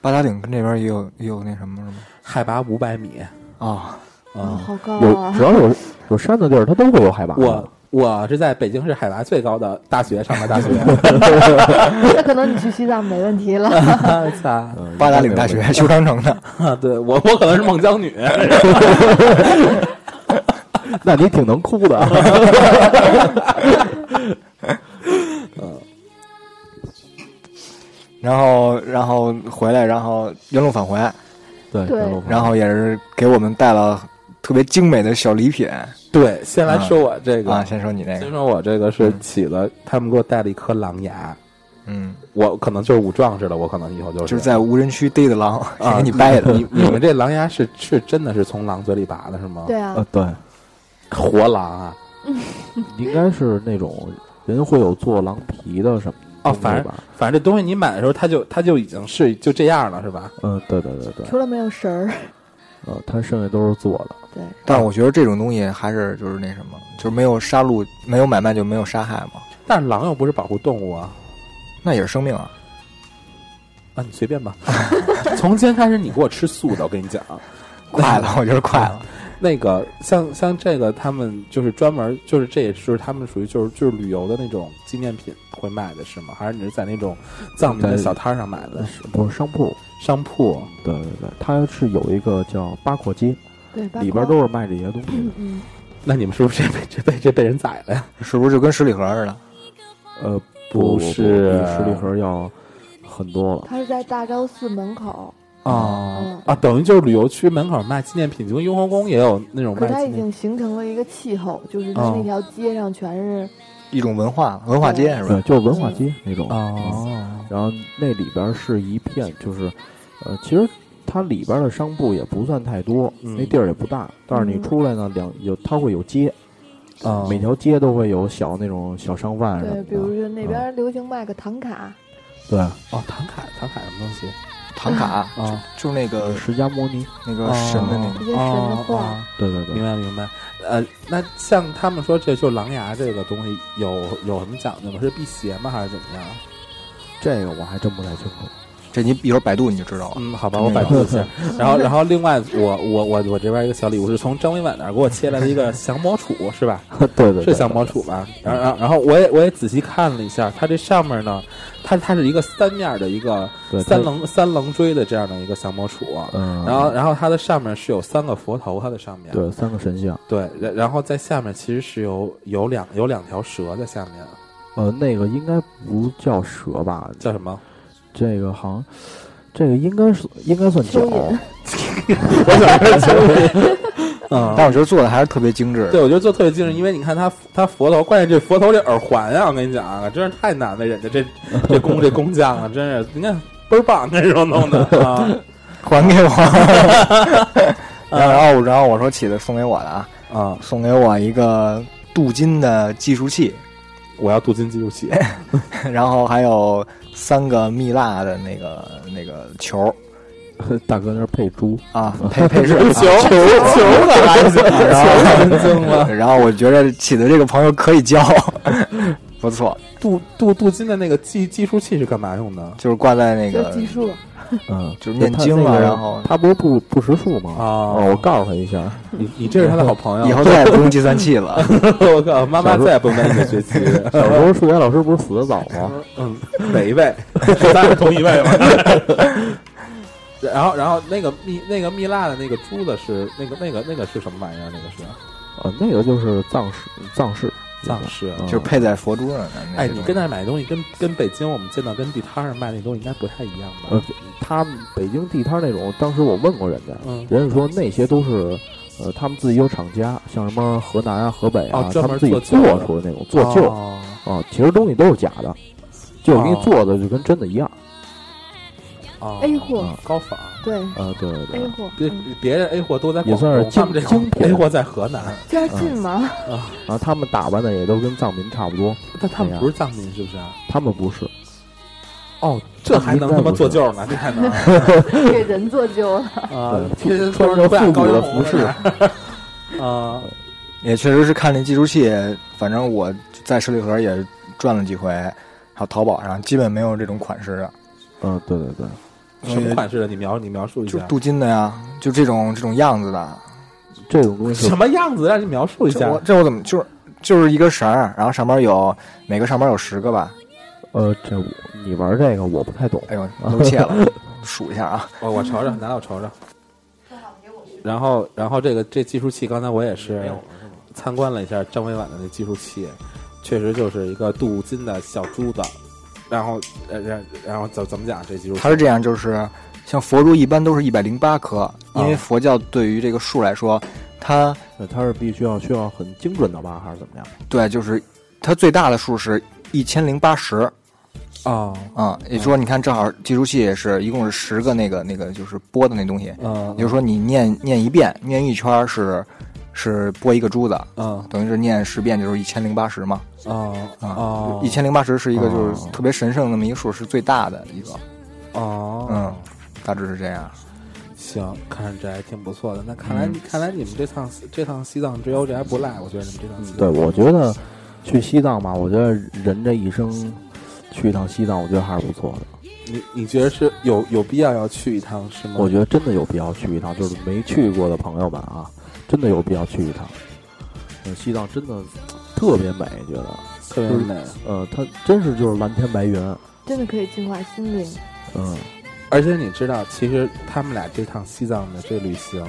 Speaker 3: 八达岭跟这边也有也有那什么是吗？
Speaker 5: 海拔五百米
Speaker 3: 啊，
Speaker 6: 啊，
Speaker 5: 啊！
Speaker 6: 好高
Speaker 7: 有
Speaker 6: 啊！
Speaker 7: 只要有有山的地儿，它都会有海拔的。
Speaker 5: 我我是在北京市海拔最高的大学上的 大学，
Speaker 6: 那可能你去西藏没问题了。
Speaker 7: 啊
Speaker 5: 我操！
Speaker 7: 嗯
Speaker 3: 八达岭大学，修长城的，
Speaker 5: 哎啊，对我我可能是孟姜 女，
Speaker 7: 那你挺能哭的。
Speaker 3: 然后然后回来，然后原路返回，
Speaker 7: 对
Speaker 6: 对
Speaker 3: 然后也是给我们带了特别精美的小礼品
Speaker 5: 对，先来说我这个，
Speaker 3: 啊。先说你那
Speaker 5: 先
Speaker 3: 个，
Speaker 5: 说我这个是起了，他们给我带了一颗狼牙，
Speaker 3: 嗯，
Speaker 5: 我可能就是武壮士了，我可能以后就是
Speaker 3: 就是在无人区逮的狼，
Speaker 5: 啊
Speaker 3: 给你掰的。
Speaker 5: 你你们这狼牙是是真的是从狼嘴里拔的是吗？
Speaker 6: 对啊
Speaker 7: 呃，，对，
Speaker 5: 活狼啊，
Speaker 7: 应该是那种人会有做狼皮的什么
Speaker 5: 哦
Speaker 7: 的
Speaker 5: 反而
Speaker 7: 吧？
Speaker 5: 反正这东西你买的时候，它就它就已经是就这样了，是吧？
Speaker 7: 嗯，对对对对，
Speaker 6: 除了没有绳儿，
Speaker 7: 呃，它剩下都是做的。
Speaker 6: 对，
Speaker 3: 但我觉得这种东西还是就是那什么，就是没有杀戮，没有买卖就没有杀害嘛，
Speaker 5: 但是狼又不是保护动物啊，
Speaker 3: 那也是生命 啊。
Speaker 5: 啊，你随便吧。 从今天开始，你给我吃素的，我跟 你讲。
Speaker 3: 快了，我觉得快 了。
Speaker 5: 那个像像这个，他们就是专门就是这也是他们属于就是就是旅游的那种纪念品会卖的是吗？还是你是在那种藏民的小摊儿上买的
Speaker 7: 是不是商铺？
Speaker 5: 商铺？
Speaker 7: 对对对，它是有一个叫八廓街，
Speaker 6: 对，八
Speaker 7: 里边
Speaker 6: 卦
Speaker 7: 都是卖这些东西
Speaker 6: 嗯
Speaker 7: 的。
Speaker 6: 嗯，
Speaker 5: 那你们是不是被这被这被人宰了呀？
Speaker 3: 是不是就跟十里河似的？
Speaker 7: 呃，
Speaker 5: 不
Speaker 7: 不
Speaker 5: 是
Speaker 7: 比十里河要很多了。
Speaker 6: 它是在大昭寺门口，
Speaker 5: 啊
Speaker 6: 嗯
Speaker 5: 啊，等于就是旅游区门口卖纪念品，就跟雍和宫也有那种
Speaker 6: 可
Speaker 5: 卖
Speaker 6: 它
Speaker 5: 纪
Speaker 6: 已
Speaker 5: 念品。
Speaker 6: 经形成了一个气候，就是它
Speaker 7: 啊
Speaker 5: 哦
Speaker 6: 那条街上全是
Speaker 3: 一种文化，文化
Speaker 5: 嗯
Speaker 3: 街是吧？
Speaker 7: 对，就是文化街那种。
Speaker 5: 哦
Speaker 6: 嗯
Speaker 7: 然后那里边是一片，就是，呃，其实它里边的商铺也不算太多，
Speaker 5: 嗯
Speaker 7: 那地儿也不大。但是你
Speaker 6: 嗯
Speaker 7: 出来呢，两有它会有街，
Speaker 5: 哦
Speaker 7: 每条街都会有小那种小商贩什么
Speaker 6: 对，
Speaker 7: 的。啊
Speaker 6: 比如说那边流行卖个唐卡，
Speaker 7: 对，
Speaker 5: 哦，唐卡唐卡什么东西
Speaker 3: 唐卡
Speaker 5: 啊？
Speaker 3: 就是那
Speaker 7: 呃，
Speaker 3: 个
Speaker 7: 释迦摩尼，
Speaker 3: 那个神的那个
Speaker 6: 一嗯些神
Speaker 7: 啊
Speaker 6: 的
Speaker 5: 哦
Speaker 6: 画，
Speaker 5: 哦
Speaker 7: 对对
Speaker 5: 明
Speaker 7: 对，
Speaker 5: 白明白，呃，那像他们说这就狼牙这个东西有有什么讲究吗？是辟邪吗？还是怎么样？
Speaker 7: 这个我还真不太清楚。
Speaker 3: 这你一会儿百度你就知道了。
Speaker 5: 嗯，好吧，我百度一下。然后，然后另外，我我我我这边一个小礼物是从张伟婉那儿给我切来的一 个降魔杵，是吧？
Speaker 7: 对对，
Speaker 5: 是
Speaker 7: 对
Speaker 5: 降魔杵吧？然后，然后，然后我也我也仔细看了一下，它这上面呢，它它是一个三面的一个
Speaker 7: 对
Speaker 5: 三。
Speaker 7: 它
Speaker 5: 棱三棱锥的这样的一个降魔杵。啊
Speaker 7: 嗯，
Speaker 5: 然后，然后它的上面是有三个佛头，它的上面
Speaker 7: 对三个神像，
Speaker 5: 对，然然后在下面其实是有有两有两条蛇在下面，
Speaker 7: 呃，那个应该不叫蛇吧？
Speaker 5: 叫什么？
Speaker 7: 这个好像，这个应该是应该算脚
Speaker 6: 蚯，蚓
Speaker 5: 嗯
Speaker 3: 但我觉得做的还是特别精致的。
Speaker 5: 对，我觉得做特别精致，因为你看他他佛头，关键这佛头这耳环啊，我跟你讲啊，真是太难为人家这这工这工匠啊，真是你看倍儿棒，这种弄的啊
Speaker 3: 还给我。 然后，然后我说起的送给我的啊，
Speaker 5: 啊！
Speaker 3: 送给我一个镀金的计数器，
Speaker 5: 我要镀金计数器，
Speaker 3: 然后还有三个蜜蜡的那个那个球
Speaker 7: 大哥那儿配猪，
Speaker 3: 啊，配配饰啊
Speaker 5: 球球
Speaker 3: 啊然后
Speaker 5: 真精了！
Speaker 3: 然后我觉得起的这个朋友可以交， 不错，
Speaker 5: 镀镀镀金的那个计计数器是干嘛 用的？
Speaker 3: 就是挂在那
Speaker 6: 就
Speaker 3: 个
Speaker 6: 技术，
Speaker 7: 嗯，
Speaker 3: 就是念经
Speaker 7: 嘛，
Speaker 3: 嘛，然后
Speaker 7: 他不是不不识数吗？
Speaker 5: 啊
Speaker 7: 哦我告诉他一下，
Speaker 5: 你你这是他的好朋友，
Speaker 3: 以后再也不用计算器了。
Speaker 5: 我靠，妈妈再也不跟你学习，
Speaker 7: 小时候数学老师不是死的早吗？
Speaker 5: 嗯，哪一位？咱是同一位吗？然后，然后那个蜜那个蜜蜡的那个珠子是那个那个那个是什么玩意儿？那个是
Speaker 7: 呃，那个就是藏式藏式
Speaker 5: 藏式。啊
Speaker 7: 嗯
Speaker 3: 就是配在佛珠上的。那
Speaker 5: 哎，
Speaker 3: 种
Speaker 5: 你跟那儿买东西，跟跟北京我们见到跟地摊上卖那东西应该不太一样吧
Speaker 7: 嗯呃？他们北京地摊那种，当时我问过人家，
Speaker 5: 嗯
Speaker 7: 人家说那些都是呃，他们自己有厂家，像什么河南啊、河北啊，
Speaker 5: 哦专
Speaker 7: 他
Speaker 5: 门
Speaker 7: 们自己
Speaker 5: 做旧
Speaker 7: 做
Speaker 5: 的
Speaker 7: 出的那种做旧啊、其实东西都是假的，就是给你
Speaker 5: 哦
Speaker 7: 做的就跟真的一样。
Speaker 5: 哦
Speaker 6: A 货
Speaker 7: 啊嗯
Speaker 5: 哦高仿。
Speaker 6: 哎对
Speaker 7: 呃，对对
Speaker 5: 哎
Speaker 7: 对
Speaker 6: A 货，
Speaker 5: 别
Speaker 6: 嗯
Speaker 5: 别人 A 货都在
Speaker 7: 也算是
Speaker 5: 广东他们这
Speaker 7: 精精品嗯
Speaker 5: A 货在河南，
Speaker 6: 这样近吗？
Speaker 7: 然后他们打扮的也都跟藏民差不多，
Speaker 5: 但他们
Speaker 7: 对呀
Speaker 5: 不是藏民是不 是啊？
Speaker 7: 他们不是，
Speaker 5: 哦，这还能他妈做旧呢？这还 能
Speaker 6: 给人做旧了，
Speaker 5: 啊？天
Speaker 7: 对
Speaker 5: 天
Speaker 7: 穿
Speaker 5: 说
Speaker 7: 着
Speaker 5: 不染
Speaker 7: 复
Speaker 5: 高
Speaker 7: 古的
Speaker 5: 原
Speaker 7: 服
Speaker 5: 红
Speaker 7: 饰，
Speaker 5: 啊，
Speaker 3: 也确实是看那计数器，反正我在十里河也转了几回，还有淘宝上基本没有这种款式的，
Speaker 7: 嗯，对对对，
Speaker 5: 什
Speaker 7: 嗯
Speaker 5: 么款式的？你描你描述一
Speaker 3: 就
Speaker 5: 下，
Speaker 3: 镀金的呀，就这种这种样子的。
Speaker 7: 这种东西
Speaker 5: 什么样子？让你描述一
Speaker 3: 这
Speaker 5: 下
Speaker 3: 我。这我怎么就是就是一根绳儿，然后上面有每个上面有十个吧？
Speaker 7: 呃，这我你玩这个我不太懂，
Speaker 3: 哎呦，露怯 了，数一下啊，
Speaker 5: 哦我我瞅瞅，拿来我瞅瞅。然后，然后这个这计数器，刚才我也是参观了一下张委婉的那计数器，确实就是一个镀金的小珠子。然后，呃，然然后怎怎么讲这计数器？
Speaker 3: 它是这样，就是像佛珠一般都是一百零八颗，因
Speaker 5: 嗯
Speaker 3: 为佛教对于这个数来说，它
Speaker 7: 呃它是必须要需要很精准的吧，还是怎么样？
Speaker 3: 对就是它最大的数是一千零八十。
Speaker 5: 啊，
Speaker 3: 啊、也就是说，你看，正好计数器也是一共是十个那个那个就是拨的那东西，
Speaker 5: 嗯
Speaker 3: 也就是说你念念一遍，念一圈儿是是拨一个珠子，
Speaker 5: 嗯
Speaker 3: 等于是念十遍就是一千零八十嘛，
Speaker 5: 哦
Speaker 3: 啊
Speaker 5: 哦，
Speaker 3: 一千零八十是一个就是
Speaker 7: 哦
Speaker 3: 特别神圣的那么一个数，是最大的一个，
Speaker 5: 哦，
Speaker 3: 嗯，大致是这样。
Speaker 5: 行，看着这还挺不错的。那看
Speaker 3: 嗯
Speaker 5: 来，看来你们这趟这趟西藏之游这还不赖，我觉得你们
Speaker 3: 嗯
Speaker 5: 这趟西藏
Speaker 7: 对，我觉得去西藏吧，我觉得人这一生去一趟西藏，我觉得还是不错的。
Speaker 5: 你你觉得是有有必要要去一趟是吗？
Speaker 7: 我觉得真的有必要去一趟，就是没去过的朋友们啊，真的有必要去一趟。呃，西藏真的特别美，觉得，
Speaker 5: 得特别美，
Speaker 7: 呃，它真是就是蓝天白云，
Speaker 6: 真的可以净化 心灵。
Speaker 7: 嗯，
Speaker 5: 而且你知道，其实他们俩这趟西藏的这旅行，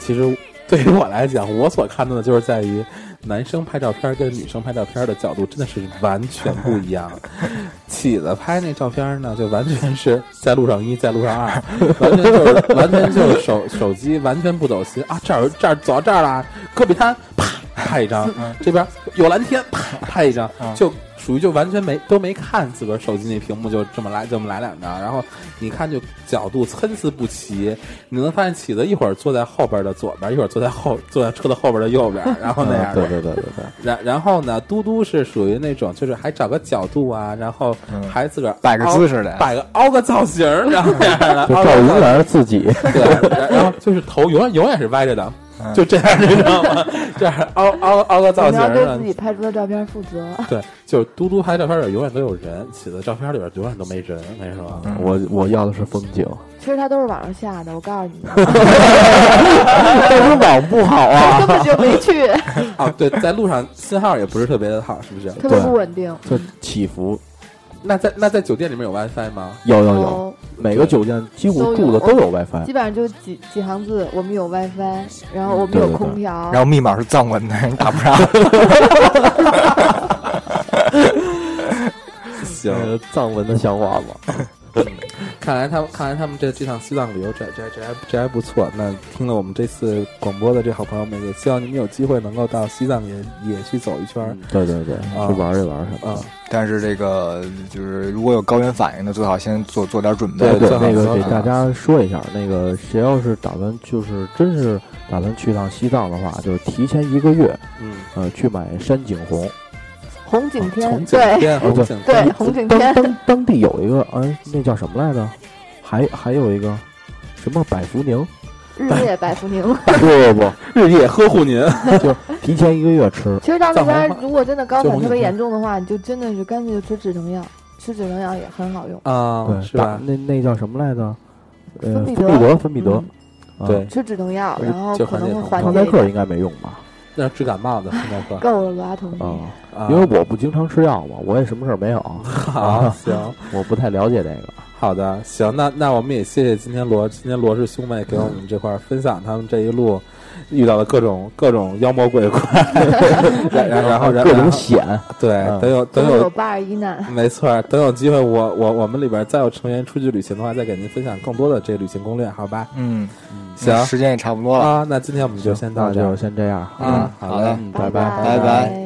Speaker 5: 其实对于我来讲，我所看到的就是在于男生拍照片跟女生拍照片的角度真的是完全不一样。 起子拍那照片呢，就完全是在路上一，在路上二，完全就是完全就是手手机完全不走心啊，这儿有这儿走到这儿了，戈壁滩啪拍一张，这边有蓝天啪拍一张，就属于就完全没都没看自个儿手机那屏幕，就这么来这么来两张，然后你看就角度参差不齐，你能发现起子一会儿坐在后边的左边，一会儿坐在后坐在车的后边的右边，然后那样
Speaker 7: 嗯
Speaker 5: 的
Speaker 7: 对对对对 对，
Speaker 5: 然然后呢，嘟嘟是属于那种，就是还找个角度啊，然后还自个儿
Speaker 3: 嗯摆个
Speaker 5: 凹
Speaker 3: 姿势来
Speaker 5: 摆个凹个造型 儿，然后那样的，
Speaker 7: 就
Speaker 5: 凹
Speaker 7: 照
Speaker 5: 个
Speaker 7: 永
Speaker 5: 造
Speaker 7: 远是自己，
Speaker 5: 对，然然后就是头永远永远是歪着的，
Speaker 3: 嗯
Speaker 5: 就这样，你知道 吗？这样凹凹凹个造
Speaker 6: 我们
Speaker 5: 型
Speaker 6: 要
Speaker 5: 儿
Speaker 6: 对自
Speaker 5: 呢
Speaker 6: 己，拍出的照片负责。
Speaker 5: 对，就是嘟嘟拍照片里永远都有人，起的照片里边永远都没人，没什么。
Speaker 3: 嗯
Speaker 7: 我我要的是风 景，
Speaker 6: 其实它都是网上下的，我告诉 你们，
Speaker 7: 但是网不好 啊，
Speaker 6: 根本就没 去，
Speaker 5: 啊，对，在路上信号也不是特别的好，是不是？
Speaker 6: 特别不稳定。
Speaker 7: 就起伏，
Speaker 5: 那在那在酒店里面有 WiFi 吗？
Speaker 7: 有有有，
Speaker 6: 有，
Speaker 7: 每个酒店几乎住的都有 WiFi，
Speaker 6: 基本上就几几行字，我们有 WiFi，然后我们
Speaker 7: 对
Speaker 6: 有
Speaker 7: 对对
Speaker 6: 空调，
Speaker 3: 然后密码是藏文的，你打不上。
Speaker 5: 行
Speaker 7: 呃藏文的想法吧，
Speaker 5: 看来他们，看来他们这这趟西藏旅游，这这这还这还不错。那听了我们这次广播的这好朋友们，也希望你们有机会能够到西藏也也去走一圈儿
Speaker 7: 对对对，
Speaker 5: 啊
Speaker 7: 去玩一玩什么
Speaker 5: 啊
Speaker 7: 的。。
Speaker 3: 但是这个就是如果有高原反应的，最好先做做点准备。
Speaker 5: 对
Speaker 7: 对，
Speaker 5: 最好
Speaker 7: 那个
Speaker 5: 最
Speaker 7: 给
Speaker 5: 好
Speaker 7: 大家说一下，那个谁要是打算就是真是打算去趟西藏的话，就是提前一个月，
Speaker 5: 嗯，
Speaker 7: 呃，去买山景红。
Speaker 6: 红景天，
Speaker 5: 红景
Speaker 6: 对
Speaker 5: 天，红景天，
Speaker 6: 对，红景
Speaker 7: 当
Speaker 6: 天，
Speaker 7: 当当地有一个，哎，那叫什么来着？还还有一个什么百福宁？
Speaker 6: 日夜百福宁。
Speaker 7: 不不不，
Speaker 5: 日夜呵护您。
Speaker 7: 提前一个月吃。
Speaker 6: 其实到那边
Speaker 5: 藏红花
Speaker 6: 如果真的高
Speaker 5: 就红
Speaker 6: 反
Speaker 5: 景
Speaker 6: 特别
Speaker 5: 天
Speaker 6: 严重的话，你就真的是干脆就吃止疼药，吃止疼药也很好用。
Speaker 5: 啊，
Speaker 7: 对，
Speaker 5: 是
Speaker 7: 打
Speaker 5: 吧？
Speaker 7: 那那叫什么来着？呃，
Speaker 6: 芬
Speaker 7: 芬
Speaker 6: 必
Speaker 7: 必
Speaker 6: 得
Speaker 7: 得，芬必得
Speaker 6: 嗯。
Speaker 7: 啊
Speaker 5: 对，
Speaker 6: 吃止疼药，
Speaker 5: 就
Speaker 6: 然后
Speaker 5: 就
Speaker 6: 可
Speaker 5: 缓解
Speaker 6: 能会
Speaker 5: 疼
Speaker 6: 缓
Speaker 7: 康
Speaker 6: 解
Speaker 7: 泰
Speaker 6: 一
Speaker 7: 克应
Speaker 6: 点。
Speaker 7: 该没用吧？
Speaker 5: 那治感冒的现在 喝
Speaker 6: 够了吧，同志？
Speaker 5: 啊
Speaker 7: 啊，因为我不经常吃药嘛，我也什么事儿没有，
Speaker 5: 好行。
Speaker 7: 我不太了解这个。
Speaker 5: 好的，行，那那我们也谢谢今天罗，今天罗氏兄妹给我们这块儿分享他们这一路遇到的各种各种妖魔 鬼怪，然然然后然后
Speaker 7: 各种险，
Speaker 5: 对，
Speaker 7: 嗯
Speaker 5: 等有等
Speaker 6: 总有
Speaker 5: 有，
Speaker 6: 八十一难。
Speaker 5: 没错儿，等有机会我我我们里边再有成员出去旅行的话，再给您分享更多的这旅行攻略，好吧？
Speaker 3: 嗯，
Speaker 5: 行
Speaker 3: 时间也差不多了，
Speaker 5: 啊，那今天我们就先到
Speaker 7: 那
Speaker 5: 这儿
Speaker 7: 就先这样，
Speaker 5: 啊，
Speaker 3: 好嘞
Speaker 5: 嗯
Speaker 6: 拜
Speaker 5: 拜。
Speaker 3: 拜拜
Speaker 6: 拜